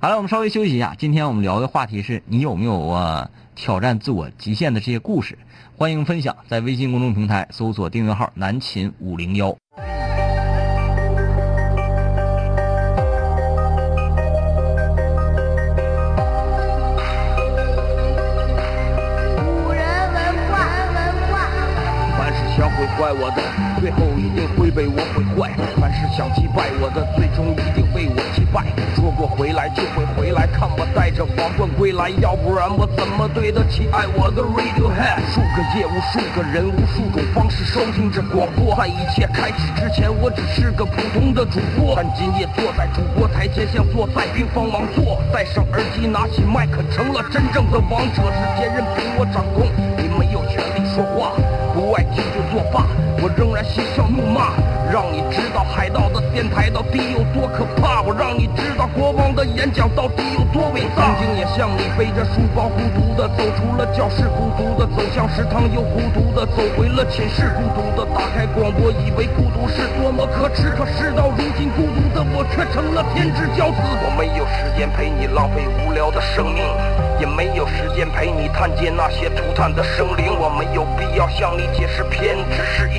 好了，我们稍微休息一下。今天我们聊的话题是你有没有啊挑战自我极限的这些故事？欢迎分享，在微信公众平台搜索订阅号“南秦五零幺”。古人文化，文化，凡是想毁坏我的，最后一定会被我毁坏；凡是想击败我的，最终一定被我击败。说过回来就会回来，看我带着皇冠归来，要不然我怎么对得起爱我的 Radiohead？数个夜，无数个人，无数种方式收听着广播。在一切开始之前，我只是个普通的主播，但今夜坐在主播台前，像坐在冰封王座，戴上耳机，拿起麦克，成了真正的王者。世界任凭我掌控，你没有权利说话，不爱听就作罢。我仍然嬉笑怒骂，让你知道海盗的电台到底有多可怕。我让你知道国王的演讲到底有多伟大。曾经也像你背着书包孤独的走出了教室，孤独的走向食堂，又孤独的走回了寝室，孤独的打开广播，以为孤独是多么可耻。可事到如今，孤独的我却成了天之骄子。我没有时间陪你浪费无聊的生命，也没有时间陪你探监那些涂炭的生灵。我没有必要向你解释偏执是一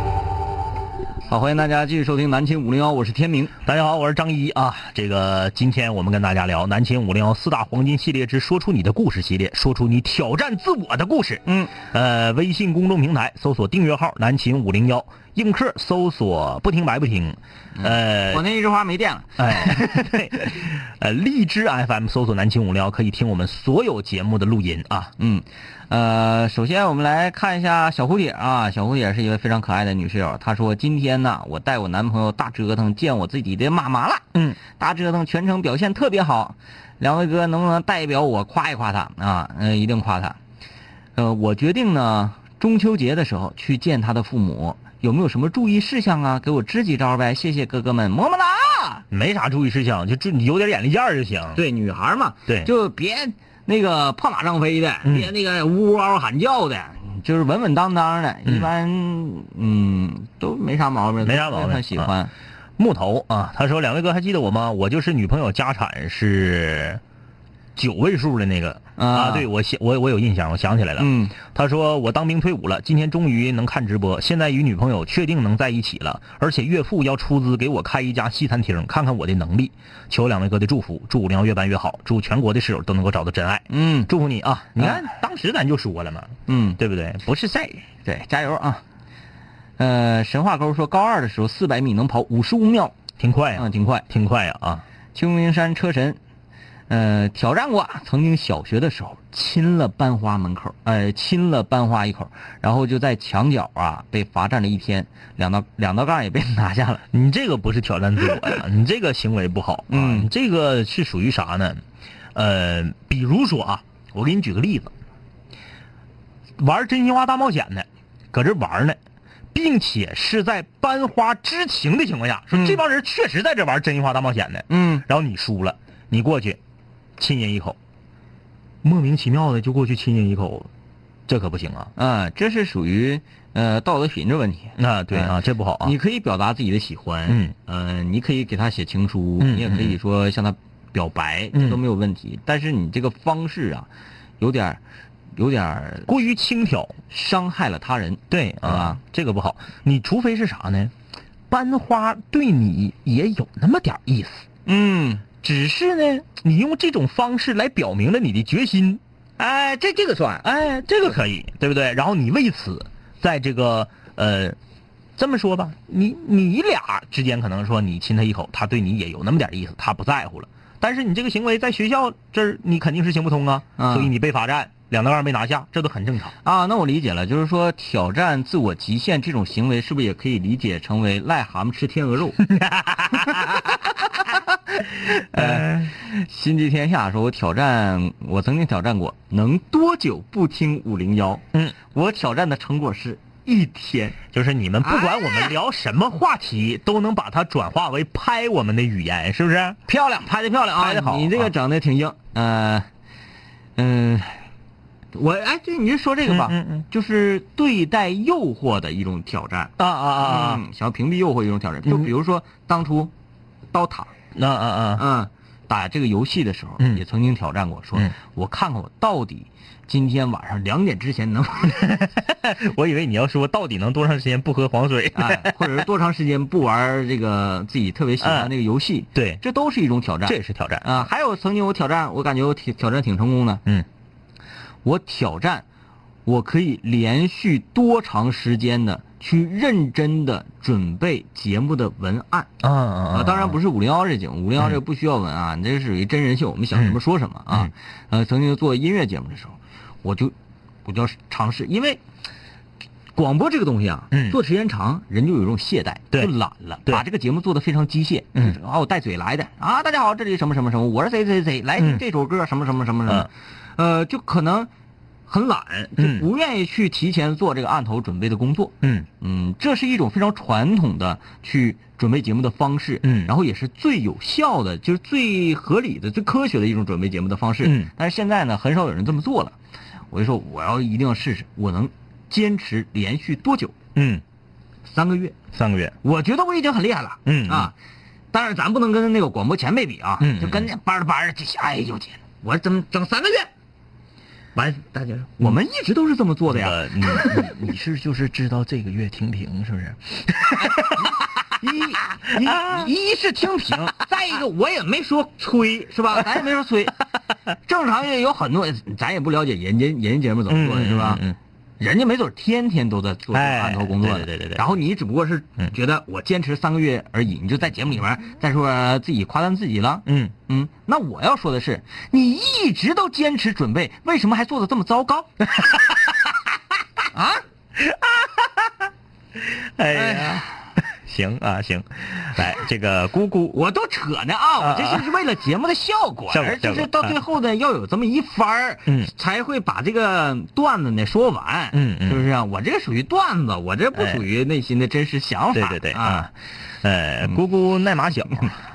好，欢迎大家继续收听南秦五零幺，我是天明。大家好，我是张一啊。这个今天我们跟大家聊南秦五零幺四大黄金系列之“说出你的故事”系列，说出你挑战自我的故事。嗯，呃，微信公众平台搜索订阅号“南秦五零幺”，映客搜索“不听白不听”，呃，嗯我那一枝花没电了。哎， 对，呃，荔枝 FM 搜索“南秦五零幺”可以听我们所有节目的录音啊。嗯，呃，首先我们来看一下小蝴蝶啊，小蝴蝶是一位非常可爱的女室友，她说今天呢，我带我男朋友大折腾见我自己的妈妈了，嗯，大折腾全程表现特别好，两位哥能不能代表我夸一夸她啊？嗯、一定夸她。呃，我决定呢，中秋节的时候去见她的父母，有没有什么注意事项啊？给我支几招呗，谢谢哥哥们，么么哒。没啥注意事项，就注你有点眼力见儿就行。对，女孩嘛，嗯对就别那个炮打张飞的，嗯别那个呜嗷喊叫的，就是稳稳当当的，嗯一般嗯都没啥毛病，没啥毛病很喜欢。木头啊，他说：“两位哥还记得我吗？我就是女朋友家产是九位数的那个啊对我想我我有印象，我想起来了。嗯，他说我当兵退伍了，今天终于能看直播，现在与女朋友确定能在一起了，而且岳父要出资给我开一家西餐厅，看看我的能力。求两位哥的祝福，祝五零幺越办越好，祝全国的室友都能够找到真爱。嗯祝福你啊！你看、当时咱就说了嘛，嗯，对不对？不是事儿对，加油啊！呃，神话沟说高二的时候四百米能跑五十五秒，挺快呀、嗯，挺快。挺快呀啊秋名山车神，呃，挑战过，曾经小学的时候亲了班花门口，呃，亲了班花一口，然后就在墙角啊被罚站了一天，两道两道杠也被 拿下了。你这个不是挑战自我 呀，你这个行为不好啊，嗯你这个是属于啥呢？呃，比如说啊，我给你举个例子，玩真心话大冒险呢，搁这玩呢，并且是在班花知情的情况下，说嗯这帮人确实在这玩真心话大冒险呢，嗯然后你输了，你过去亲人一口，莫名其妙的就过去亲人一口，这可不行啊！啊，这是属于呃道德品质问题。那对啊，这不好啊！你可以表达自己的喜欢，嗯，呃，你可以给他写情书，嗯你也可以说向他表白，嗯这都没有问题。但是你这个方式啊，有点儿有点儿过于轻佻，伤害了他人。对啊吧，这个不好。你除非是啥呢？班花对你也有那么点儿意思，嗯，只是呢，你用这种方式来表明了你的决心，哎，这这个算，哎，这个可以，对不对？然后你为此，在这个呃，这么说吧，你你俩之间可能说你亲他一口，他对你也有那么点意思，他不在乎了。但是你这个行为在学校这儿，你肯定是行不通啊，嗯所以你被罚站，两道杠没拿下，这都很正常。啊，那我理解了，就是说挑战自我极限这种行为，是不是也可以理解成为癞蛤蟆吃天鹅肉？ 呃，心系天下说，我挑战，我曾经挑战过，能多久不听五零幺？嗯，我挑战的成果是一天。就是你们不管我们聊什么话题，都能把它转化为拍我们的语言，是不是？漂亮，拍的漂亮啊！拍得好你这个整的挺硬。呃，嗯、我哎，对，你就说这个吧，嗯嗯嗯就是对待诱惑的一种挑战啊啊啊啊！嗯想要屏蔽诱惑的一种挑战。就比如说当初刀塔，那啊啊，嗯，打这个游戏的时候，嗯也曾经挑战过，说、嗯我看看我到底今天晚上两点之前能，。我以为你要说到底能多长时间不喝黄水哎，或者是多长时间不玩这个自己特别喜欢的那个游戏， 对，这都是一种挑战。 这也是挑战。啊，还有曾经我挑战，我感觉我挺挑战挺成功的。嗯，我挑战，我可以连续多长时间的去认真的准备节目的文案啊啊啊？当然不是五零幺这节目，五零幺嗯这不需要文案，你这是属于真人秀，我们想什么说什么啊。呃，曾经做音乐节目的时候，我就我就要尝试，因为。广播这个东西啊，嗯做时间长，人就有一种懈怠，对就懒了，对把这个节目做得非常机械。嗯就是啊，我带嘴来的啊，大家好，这里什么什么什么，我是谁谁谁，来听嗯这首歌什么什么什么什么，呃，就可能很懒，就嗯不愿意去提前做这个案头准备的工作。嗯嗯，这是一种非常传统的去准备节目的方式，嗯然后也是最有效的，就是最合理的、最科学的一种准备节目的方式。嗯但是现在呢，很少有人这么做了。我就说，我要一定要试试，我能坚持连续多久？嗯，三个月，三个月。我觉得我已经很厉害了。嗯啊，当然咱不能跟那个广播前辈比啊，嗯就跟那班儿班儿这些，哎呦天哪，我怎么整三个月？完，大姐说，我们一直都是这么做的呀。呃，你 你你是就是知道这个月停平是不 是？一一一是听评，哎啊 再一个我也没说吹，是吧？咱也没说 吹，正常也有很多，咱也不了解人家人家节目怎 么做的，嗯是吧？嗯嗯嗯人家没准天天都在做这个哎案头工作呢，对对对对然后你只不过是嗯觉得我坚持三个月而已，你就在节目里面再说自己夸赞自己了。嗯，嗯，那我要说的是，你一直都坚持准备，为什么还做的这么糟糕？哎呀，行啊行，来这个 姑姑，我都扯呢啊！我啊这是为了节目的效果，效果而就效是果啊到最后呢，要有这么一番儿，嗯才会把这个段子呢说完，嗯嗯是不是啊？我这个属于段子，我这不哎属于内心的真实想法，对对对啊，，嗯呃，姑姑耐马小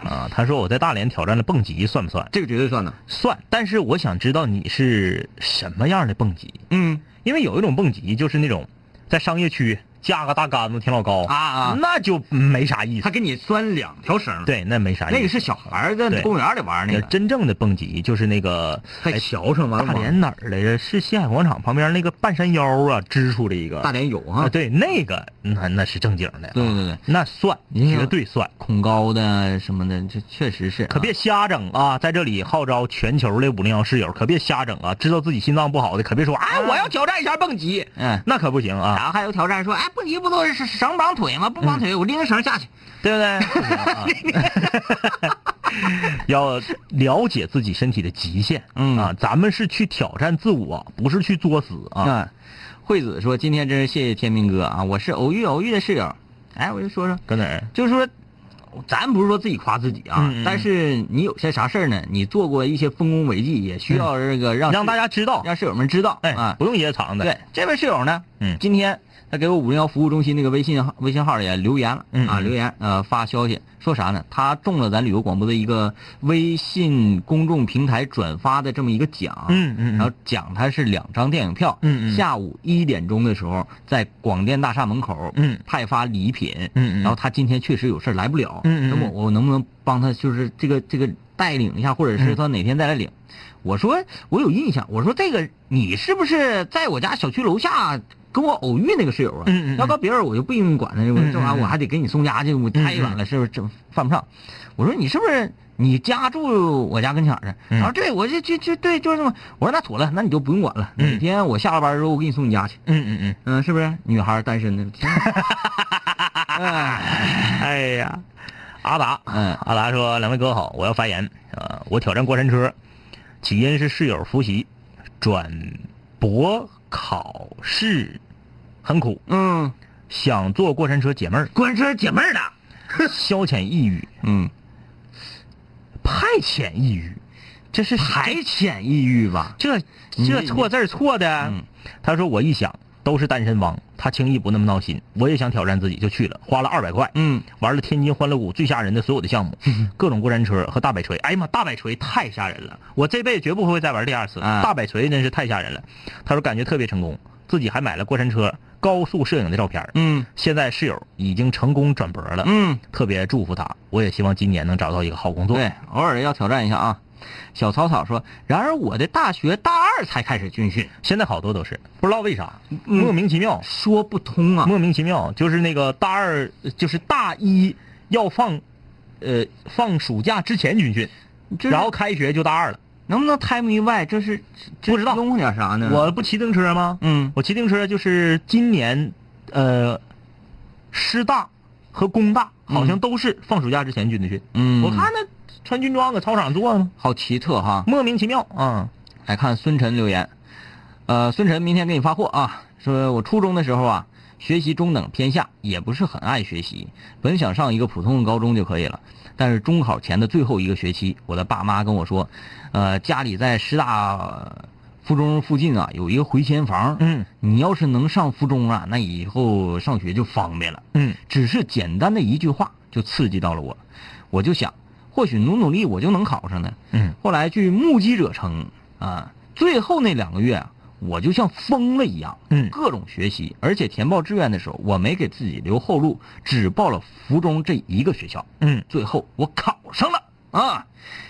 啊，他说我在大连挑战了蹦极，算不算？这个绝对算的，算，但是我想知道你是什么样的蹦极，嗯因为有一种蹦极就是那种在商业区架个大杆子挺老高啊，啊，那就没啥意他思。给你拴两条绳，，对，那没啥意思。那个是小孩儿在对公园里玩那呃个，真正的蹦极就是那个在哎桥上玩大连哪儿来着？是西海广场旁边那个半山腰啊，支出了一个大连有啊，啊，对，那个那那是正经的，啊对对啊对，那算你看绝对算，恐高的什么的，这确实是啊，可别瞎整啊！在这里号召全球的五零幺室友，可别瞎整啊！知道自己心脏不好的，可别说哎啊，我要挑战一下蹦极，嗯。那可不行然啊，后还有挑战说，哎，蹦极不都是绳绑腿吗？不嗯绑腿，我拎个绳下去。对不对？不行啊 要了解自己身体的极限，嗯啊，咱们是去挑战自我，不是去作死啊。啊，惠子说：“今天真是谢谢天明哥啊，我是偶遇偶遇的室友。”哎，我就说说，搁哪儿？就是说，咱不是说自己夸自己啊，嗯嗯嗯但是你有些啥事儿呢？你做过一些丰功伟绩，也需要这个让嗯让大家家知道，让室友们知道、哎，啊。不用掖着藏的。对，，这位室友呢，嗯今天他给我五零幺服务中心那个微信号微信号也留言了、嗯啊，嗯留言呃发消息说啥呢？他中了咱旅游广播的一个微信公众平台转发的这么一个奖，嗯嗯，然后奖他是两张电影票，嗯嗯下午一点钟的时候在广电大厦门口，嗯派发礼品，嗯嗯然后他今天确实有事儿来不了，嗯嗯嗯那么我能不能帮他就是这个这个带领一下，或者是他哪天再来领？我说我有印象，我说这个你是不是在我家小区楼下？跟我偶遇那个室友啊，嗯嗯嗯要搁别人我就不用管他，我这玩意儿我还得给你送家去，我太远了，是不嗯是这犯不上？我说你是不是你家住我家跟前儿的？啊嗯然后对我就就就对就是那么，我说那妥了，那你就不用管了。嗯哪天我下了班之后，我给你送你家去，嗯嗯嗯。嗯，是不是？女孩儿单身的，天 啊哎呀，阿达，嗯阿达说：“两位哥好，我要发言啊、呃我挑战过山车，起因是室友复习，转博考试很苦，嗯，想坐 过山车解闷儿，关车解闷儿的，消遣抑郁。嗯，派遣抑郁，这是排遣抑郁吧？这这错字儿错的。他说我一想都是单身汪，他轻易不那么闹心。我也想挑战自己，就去了，花了二百块。嗯，玩了天津欢乐谷最吓人的所有的项 目，各种过山车和大摆锤。哎呀妈，大摆锤太吓人了，我这辈子绝不会再玩第二次。啊大摆锤真是太吓人了。他说感觉特别成功，自己还买了过山车高速摄影的照片儿。嗯现在室友已经成功转博了，嗯，特别祝福他。我也希望今年能找到一个好工作。对，偶尔要挑战一下啊。小草草说：“然而我的大学大二才开始军训，现在好多都是不知道为啥，莫名其妙，说不通嗯啊。莫名其妙，就是那个大二，就是大一要放，呃，放暑假之前军训，就是然后开学就大二了。能不能 time me why？这是这不知道拥护点啥呢？我不骑自行车吗？嗯我骑自行车就是今年，呃，师大和工大好像都是放暑假之前军的训。嗯，我看那穿军装搁啊操场坐呢，好奇特哈。莫名其妙啊、来看孙晨留言，呃，孙晨明天给你发货啊。说我初中的时候啊，学习中等偏下，也不是很爱学习，本想上一个普通的高中就可以了。但是中考前的最后一个学期，我的爸妈跟我说，呃，家里在师大附中附近啊有一个回迁房，嗯你要是能上附中啊，那以后上学就方便了。嗯，只是简单的一句话就刺激到了我，我就想，或许努努力我就能考上呢。嗯，后来据目击者称，啊，最后那两个月啊，我就像疯了一样，嗯各种学习，而且填报志愿的时候，我没给自己留后路，只报了附中这一个学校。嗯最后我考上了啊！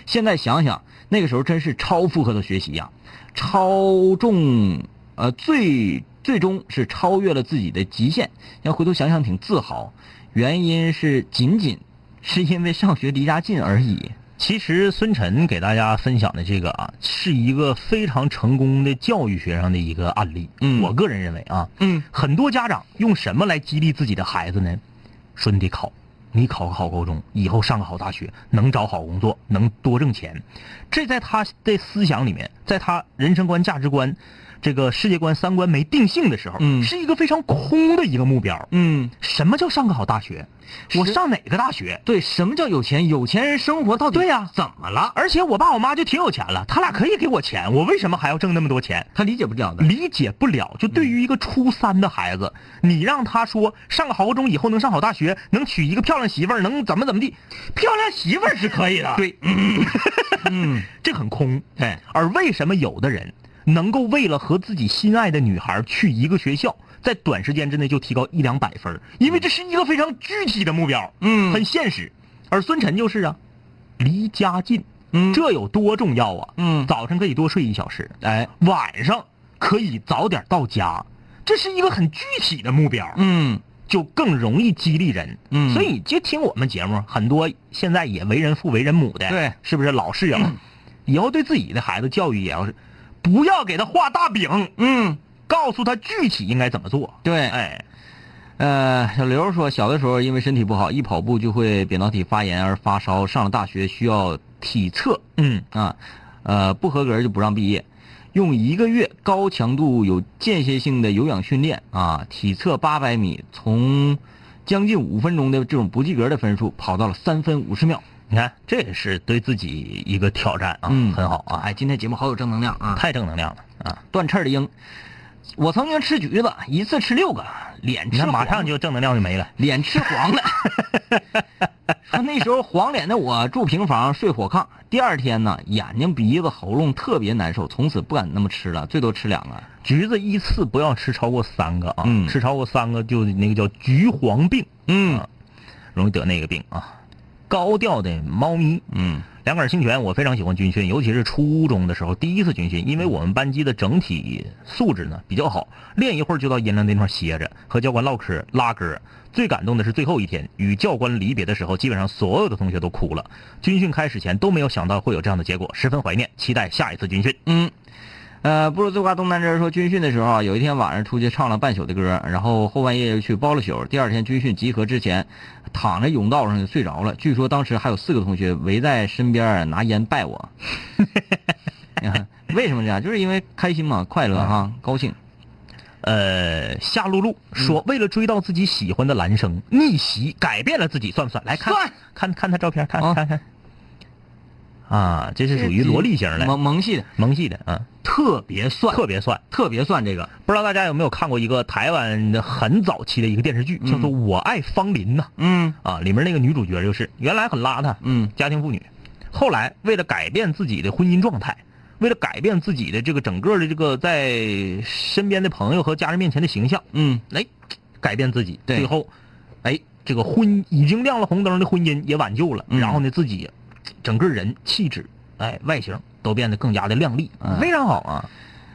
现在想想，那个时候真是超负荷的学习呀、超重，呃，最最终是超越了自己的极限。要回头想想，挺自豪。原因是仅仅是因为上学离家近而已。其实孙晨给大家分享的这个啊，是一个非常成功的教育学上的一个案例。嗯我个人认为啊，嗯很多家长用什么来激励自己的孩子呢？说你得考，你考个好高中，以后上个好大学，能找好工作，能多挣钱。这在他的思想里面，在他人生观、价值观、这个世界观、三观没定性的时候，嗯是一个非常空的一个目标。嗯，什么叫上个好大学？我是上哪个大学？对，什么叫有钱？有钱人生活到底对呀、怎么了？而且我爸我妈就挺有钱了，他俩可以给我钱，我为什么还要挣那么多钱？他理解不了的。理解不了，就对于一个初三的孩子，你让他说上个好高中以后能上好大学，能娶一个漂亮媳妇儿，能怎么怎么地，漂亮媳妇儿是可以的，对，嗯，这很空。哎对，而为什么有的人能够为了和自己心爱的女孩去一个学校，在短时间之内就提高一两百分儿？因为这是一个非常具体的目标，嗯很现实。而孙晨就是啊，离家近，嗯这有多重要啊？嗯早晨可以多睡一小时，哎，晚上可以早点到家，这是一个很具体的目标，嗯就更容易激励人。嗯所以就听我们节目，很多现在也为人父为人母的，对嗯是不是老室友，以后对自己的孩子教育也要是，不要给他画大饼，嗯，告诉他具体应该怎么做。对，哎，呃，小刘说，小的时候因为身体不好，一跑步就会扁桃体发炎而发烧，上了大学需要体测嗯啊，呃，不合格就不让毕业，用一个月高强度有间歇性的有氧训练啊，体测八百米，从将近五分钟的这种不及格的分数跑到了三分五十秒。你看这也是对自己一个挑战啊，嗯很好啊，哎，今天节目好有正能量啊！太正能量了啊！断翅儿的鹰，我曾经吃橘子，一次吃六个，脸你吃看马黄上就正能量就没了。脸吃黄了。 说那时候黄脸的我住平房睡火炕，第二天呢眼睛鼻子喉咙特别难受，从此不敢那么吃了，最多吃两个。橘子依次不要吃超过三个啊，嗯吃超过三个就那个叫橘黄病，嗯啊容易得那个病啊。高调的猫咪，嗯两杆儿清泉，我非常喜欢军训，尤其是初中的时候第一次军训，因为我们班级的整体素质呢比较好，练一会儿就到阴凉那地方歇着，和教官唠嗑拉歌。最感动的是最后一天与教官离别的时候，基本上所有的同学都哭了。军训开始前都没有想到会有这样的结果，十分怀念，期待下一次军训。嗯，呃，不如最瓜东南枝说，军训的时候啊，有一天晚上出去唱了半宿的歌，然后后半夜又去包了宿，第二天军训集合之前，躺在甬道上就睡着了。据说当时还有四个同学围在身边拿烟拜我。 为什么这样？就是因为开心嘛，快乐哈，高兴。呃，夏露露嗯说，为了追到自己喜欢的男生，逆袭改变了自己，算不算？来看算看看他照片，看啊看看，啊，这是属于萝莉型的萌萌系的，萌系的啊，特别算，特别算。特别算这个，不知道大家有没有看过一个台湾的很早期的一个电视剧，叫做《我爱芳邻》呐、嗯啊，里面那个女主角就是原来很邋遢，嗯，家庭妇女，后来为了改变自己的婚姻状态，为了改变自己的这个整个的这个在身边的朋友和家人面前的形象，嗯，哎，改变自己，对最后，哎，这个婚已经亮了红灯的婚姻也挽救了，嗯然后呢，自己整个人气质，哎，外形都变得更加的靓丽，嗯非常好啊，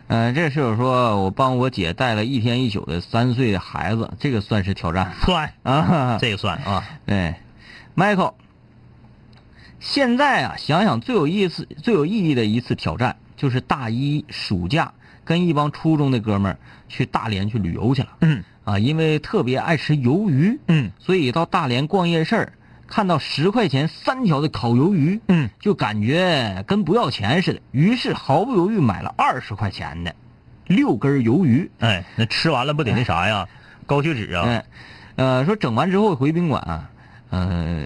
呃，这个室友说，我帮我姐带了一天一宿的三岁的孩子，这个算是挑战算啊。这个算啊，对，Michael，现在啊，想想最有意思、最有意义的一次挑战，就是大一暑假跟一帮初中的哥们儿去大连去旅游去了嗯啊，因为特别爱吃鱿鱼，嗯所以到大连逛夜市儿，看到十块钱三条的烤鱿鱼，嗯，就感觉跟不要钱似的，于是毫不犹豫买了二十块钱的六根鱿鱼。哎，那吃完了不得那啥呀，高血脂啊，嗯，呃，说整完之后回宾馆啊，呃，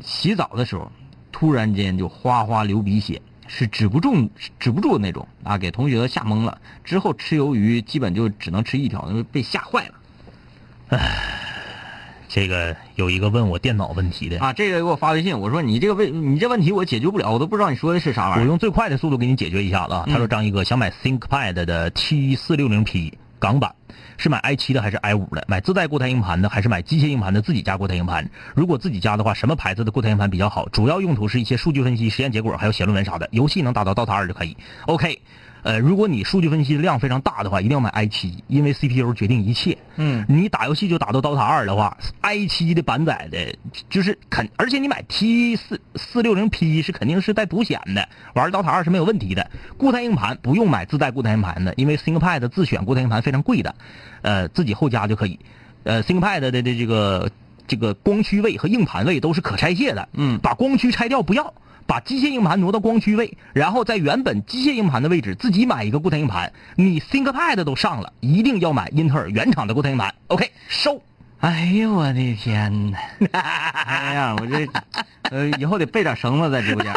洗澡的时候，突然间就哗哗流鼻血，是止不住止不住的那种啊，给同学都吓懵了。之后吃鱿鱼基本就只能吃一条，因为被吓坏了这个有一个问我电脑问题的，啊。这个给我发微信，我说你这个问你这问题我解决不了，我都不知道你说的是啥玩意我儿。用最快的速度给你解决一下子啊。他说张一哥想买 ThinkPad 的 T 四六零 P 港版，是买 i 七的还是 i 五的？买自带固态硬盘的还是买机械硬盘的？自己家固态硬盘？如果自己家的话，什么牌子的固态硬盘比较好？主要用途是一些数据分析、实验结果，还有写论文啥的。游戏能达到 DOTA 二就可以。OK，呃，如果你数据分析量非常大的话，一定要买 i 七，因为 CPU 决定一切。嗯你打游戏就打到 DOTA 二的话，i 七的版载的，就是肯，而且你买 T 四四六零 P 是肯定是带独显的，玩 DOTA 二是没有问题的。固态硬盘不用买自带固态硬盘的，因为 ThinkPad 自选固态硬盘非常贵的，呃，自己后加就可以。呃，ThinkPad 的的这个这个光驱位和硬盘位都是可拆卸的，嗯把光驱拆掉不要，把机械硬盘挪到光驱位，然后在原本机械硬盘的位置自己买一个固态硬盘。你 ThinkPad 都上了，一定要买英特尔原厂的固态硬盘。OK，收。哎呦我的天 哪！哎呀，我这呃以后得备点绳子在直播间。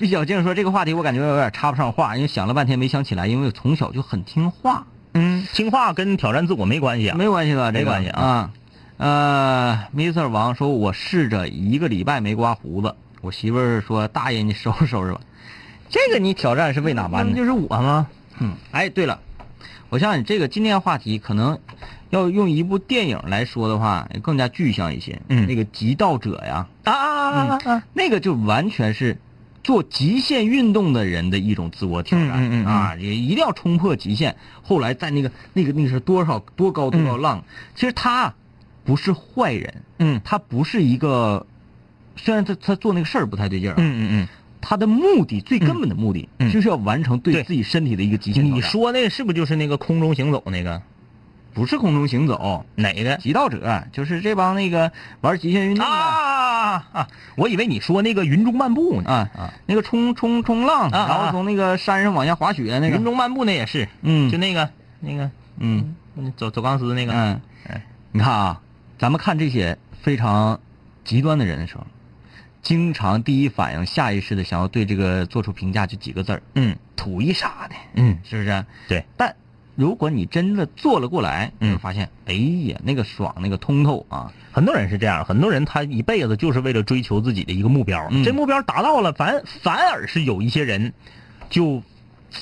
毕小静说这个话题我感觉有点插不上话，因为想了半天没想起来，因为我从小就很听话。嗯，听话跟挑战自我没关系啊。没关系吧？没这个关系啊啊。呃，Mr. 王说，我试着一个礼拜没刮胡子，我媳妇儿说，大爷你收拾收拾吧。这个你挑战是为哪般那呢不？就是我吗？嗯，哎，对了，我想你这个今天话题可能要用一部电影来说的话，更加具象一些。嗯那个《极道者》呀，嗯啊啊啊啊啊！那个就完全是做极限运动的人的一种自我挑战、嗯嗯嗯嗯啊，也一定要冲破极限。后来在那个那个那个是多少多高多高浪，其实他不是坏人，嗯他不是一个，虽然他他做那个事儿不太对劲儿啊，嗯嗯嗯。他的目的最根本的目的、嗯嗯就是要完成对对自己身体的一个极限挑战。你说那是不是就是那个空中行走那个不是空中行走，哪个？极道者就是这帮那个玩极限运动的啊啊！我以为你说那个云中漫步呢。啊啊，那个冲冲冲浪，啊啊然后从那个山上往下滑雪那个云。中漫步那也是，嗯就那个那个嗯。走走钢丝那个，嗯，你看啊，咱们看这些非常极端的人的时候，经常第一反应下意识的想要对这个做出评价，就几个字儿，嗯图一啥的，嗯，是不是？对。但如果你真的做了过来，你会嗯发现，哎呀，那个爽，那个通透啊，很多人是这样，很多人他一辈子就是为了追求自己的一个目标，嗯这目标达到了，反反而是有一些人就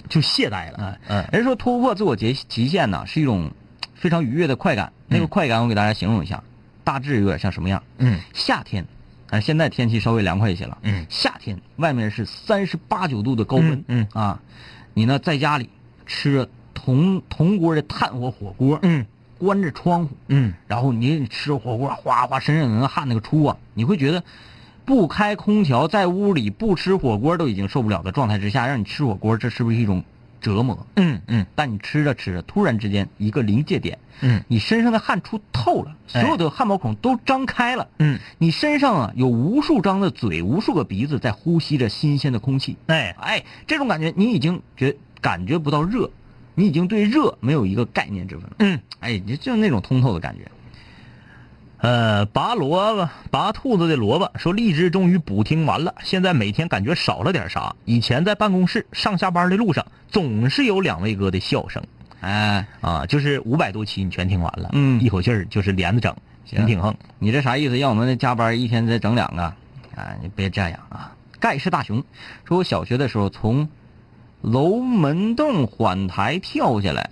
就懈怠了，嗯人说突破自我极极限呢，是一种非常愉悦的快感。那个快感我给大家形容一下，大致有点像什么样？嗯，夏天，啊，现在天气稍微凉快一些了。嗯，夏天外面是三十八九度的高温。嗯啊，你呢在家里吃着铜铜锅的炭火火锅，嗯关着窗户，嗯然后你吃着火锅，哗哗身上有那汗那个出啊，你会觉得不开空调在屋里不吃火锅都已经受不了的状态之下，让你吃火锅，这是不是一种折磨？嗯嗯但你吃着吃着，突然之间一个临界点，嗯你身上的汗出透了，所哎有的汗毛孔都张开了，嗯，你身上啊有无数张的嘴，无数个鼻子在呼吸着新鲜的空气，哎，哎，这种感觉你已经觉感觉不到热，你已经对热没有一个概念之分了，嗯，哎，你就那种通透的感觉，呃，拔萝卜拔兔子的萝卜说，荔枝终于补听完了，现在每天感觉少了点啥。以前在办公室上下班的路上，总是有两位哥的笑声哎，啊，就是五百多期你全听完了，嗯一口气儿就是连着整，行你挺横。你这啥意思？让我们那加班一天再整两个？啊，你别这样啊！盖世大雄说，我小学的时候从楼门洞缓台跳下来，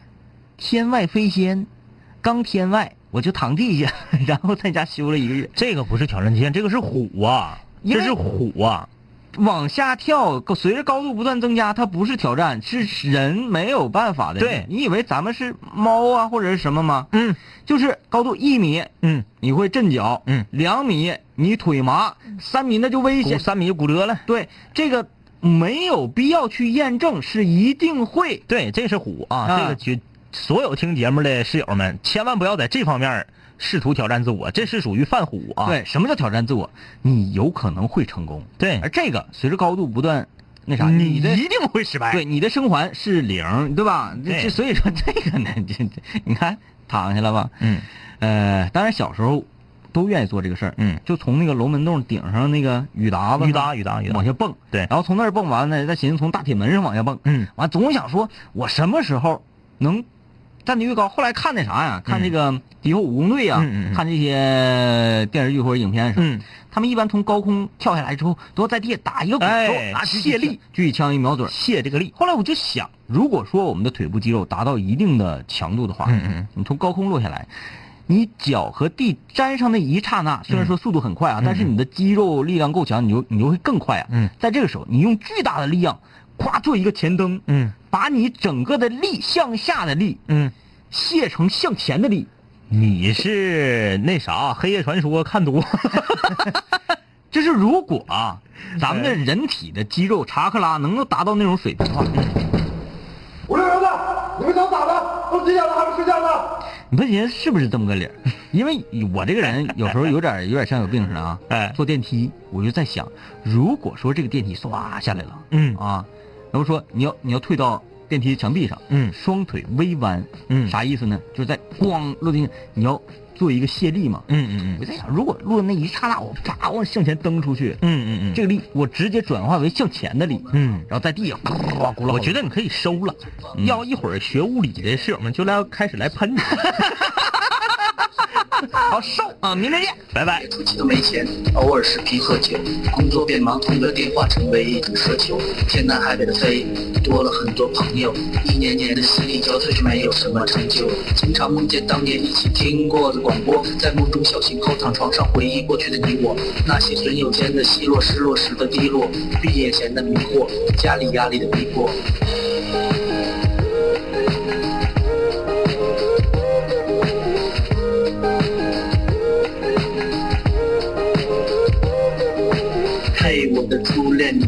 天外飞仙，刚天外我就躺地下， 然后在家休了一个月。这个不是挑战极限，这个是虎啊，因为这是虎啊。往下跳，随着高度不断增加，它不是挑战，是人没有办法的。对你以为咱们是猫啊或者是什么吗？嗯就是高度一米，嗯，你会震脚；嗯，两米你腿麻，三米那就危骨险。三米就骨折了。对，这个没有必要去验证，是一定会。对，这是虎啊，啊这个绝所有听节目的室友们，千万不要在这方面儿试图挑战自我，这是属于犯虎啊。对，什么叫挑战自我？你有可能会成功，对而，这个随着高度不断那啥，你的一定会失败。对，你的生还是零，对吧？这对这所以说这个呢， 这这你看躺下了吧？嗯呃，当然小时候都愿意做这个事儿，嗯，就从那个楼门洞顶上那个雨达子雨搭雨搭雨搭往下蹦，对然后从那儿蹦完呢，再寻思从大铁门上往下蹦，嗯，完总想说我什么时候能站得越高。后来看那啥呀，看这个《敌后武工队》呀，嗯啊嗯嗯嗯看这些电视剧或者影片什么，嗯，他们一般从高空跳下来之后，都要在地下打一个鼓，哎拿卸力，举起枪一瞄准，卸这个力。后来我就想，如果说我们的腿部肌肉达到一定的强度的话，嗯嗯你从高空落下来，你脚和地沾上那一刹那，嗯虽然说速度很快啊，但是你的肌肉力量够强，你就你就会更快啊。嗯在这个时候，你用巨大的力量，咵做一个前蹬，嗯把你整个的力向下的力嗯，卸成向前的力。你是那啥《黑夜传说》看多，就是如果啊，咱们的人体的肌肉查克拉能够达到那种水平的话，五六零的，你们想咋的？都几点了还不睡觉呢？你不寻思是不是这么个理儿？因为我这个人有时候有点有点像有病似 的啊。哎坐电梯我就在想，如果说这个电梯唰下来了，嗯啊，然后说你要你要退到电梯墙壁上，嗯双腿微弯，嗯啥意思呢？就是在咣落地，你要做一个卸力嘛。嗯嗯我在想，如果落那一刹那，我啪往向前蹬出去，嗯嗯嗯这个力我直接转化为向前的力，嗯然后在地上咕噜咕噜，嗯我觉得你可以收了，要一会儿学物理的室友们就来开始来喷你。 好瘦啊，明天见。拜拜。出去都没钱，偶尔是瓶喝酒。工作变忙，通个电话成为一种奢求。天南海北的飞，多了很多朋友。一年年的心力交瘁，却没有什么成就。经常梦见当年一起听过的广播，在梦中小醒后躺床上回忆过去的你我，那些损友间的奚落，失落时的低落，毕业前的迷惑，家里压力的逼迫。嘿，我的初恋，你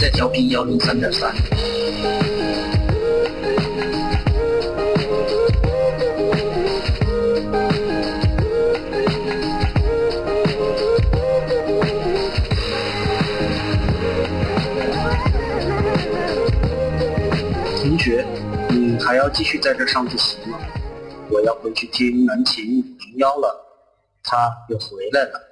在调频幺零三点三。同学，你嗯还要继续在这儿上自习吗？我要回去听南琴五零幺了，他又回来了。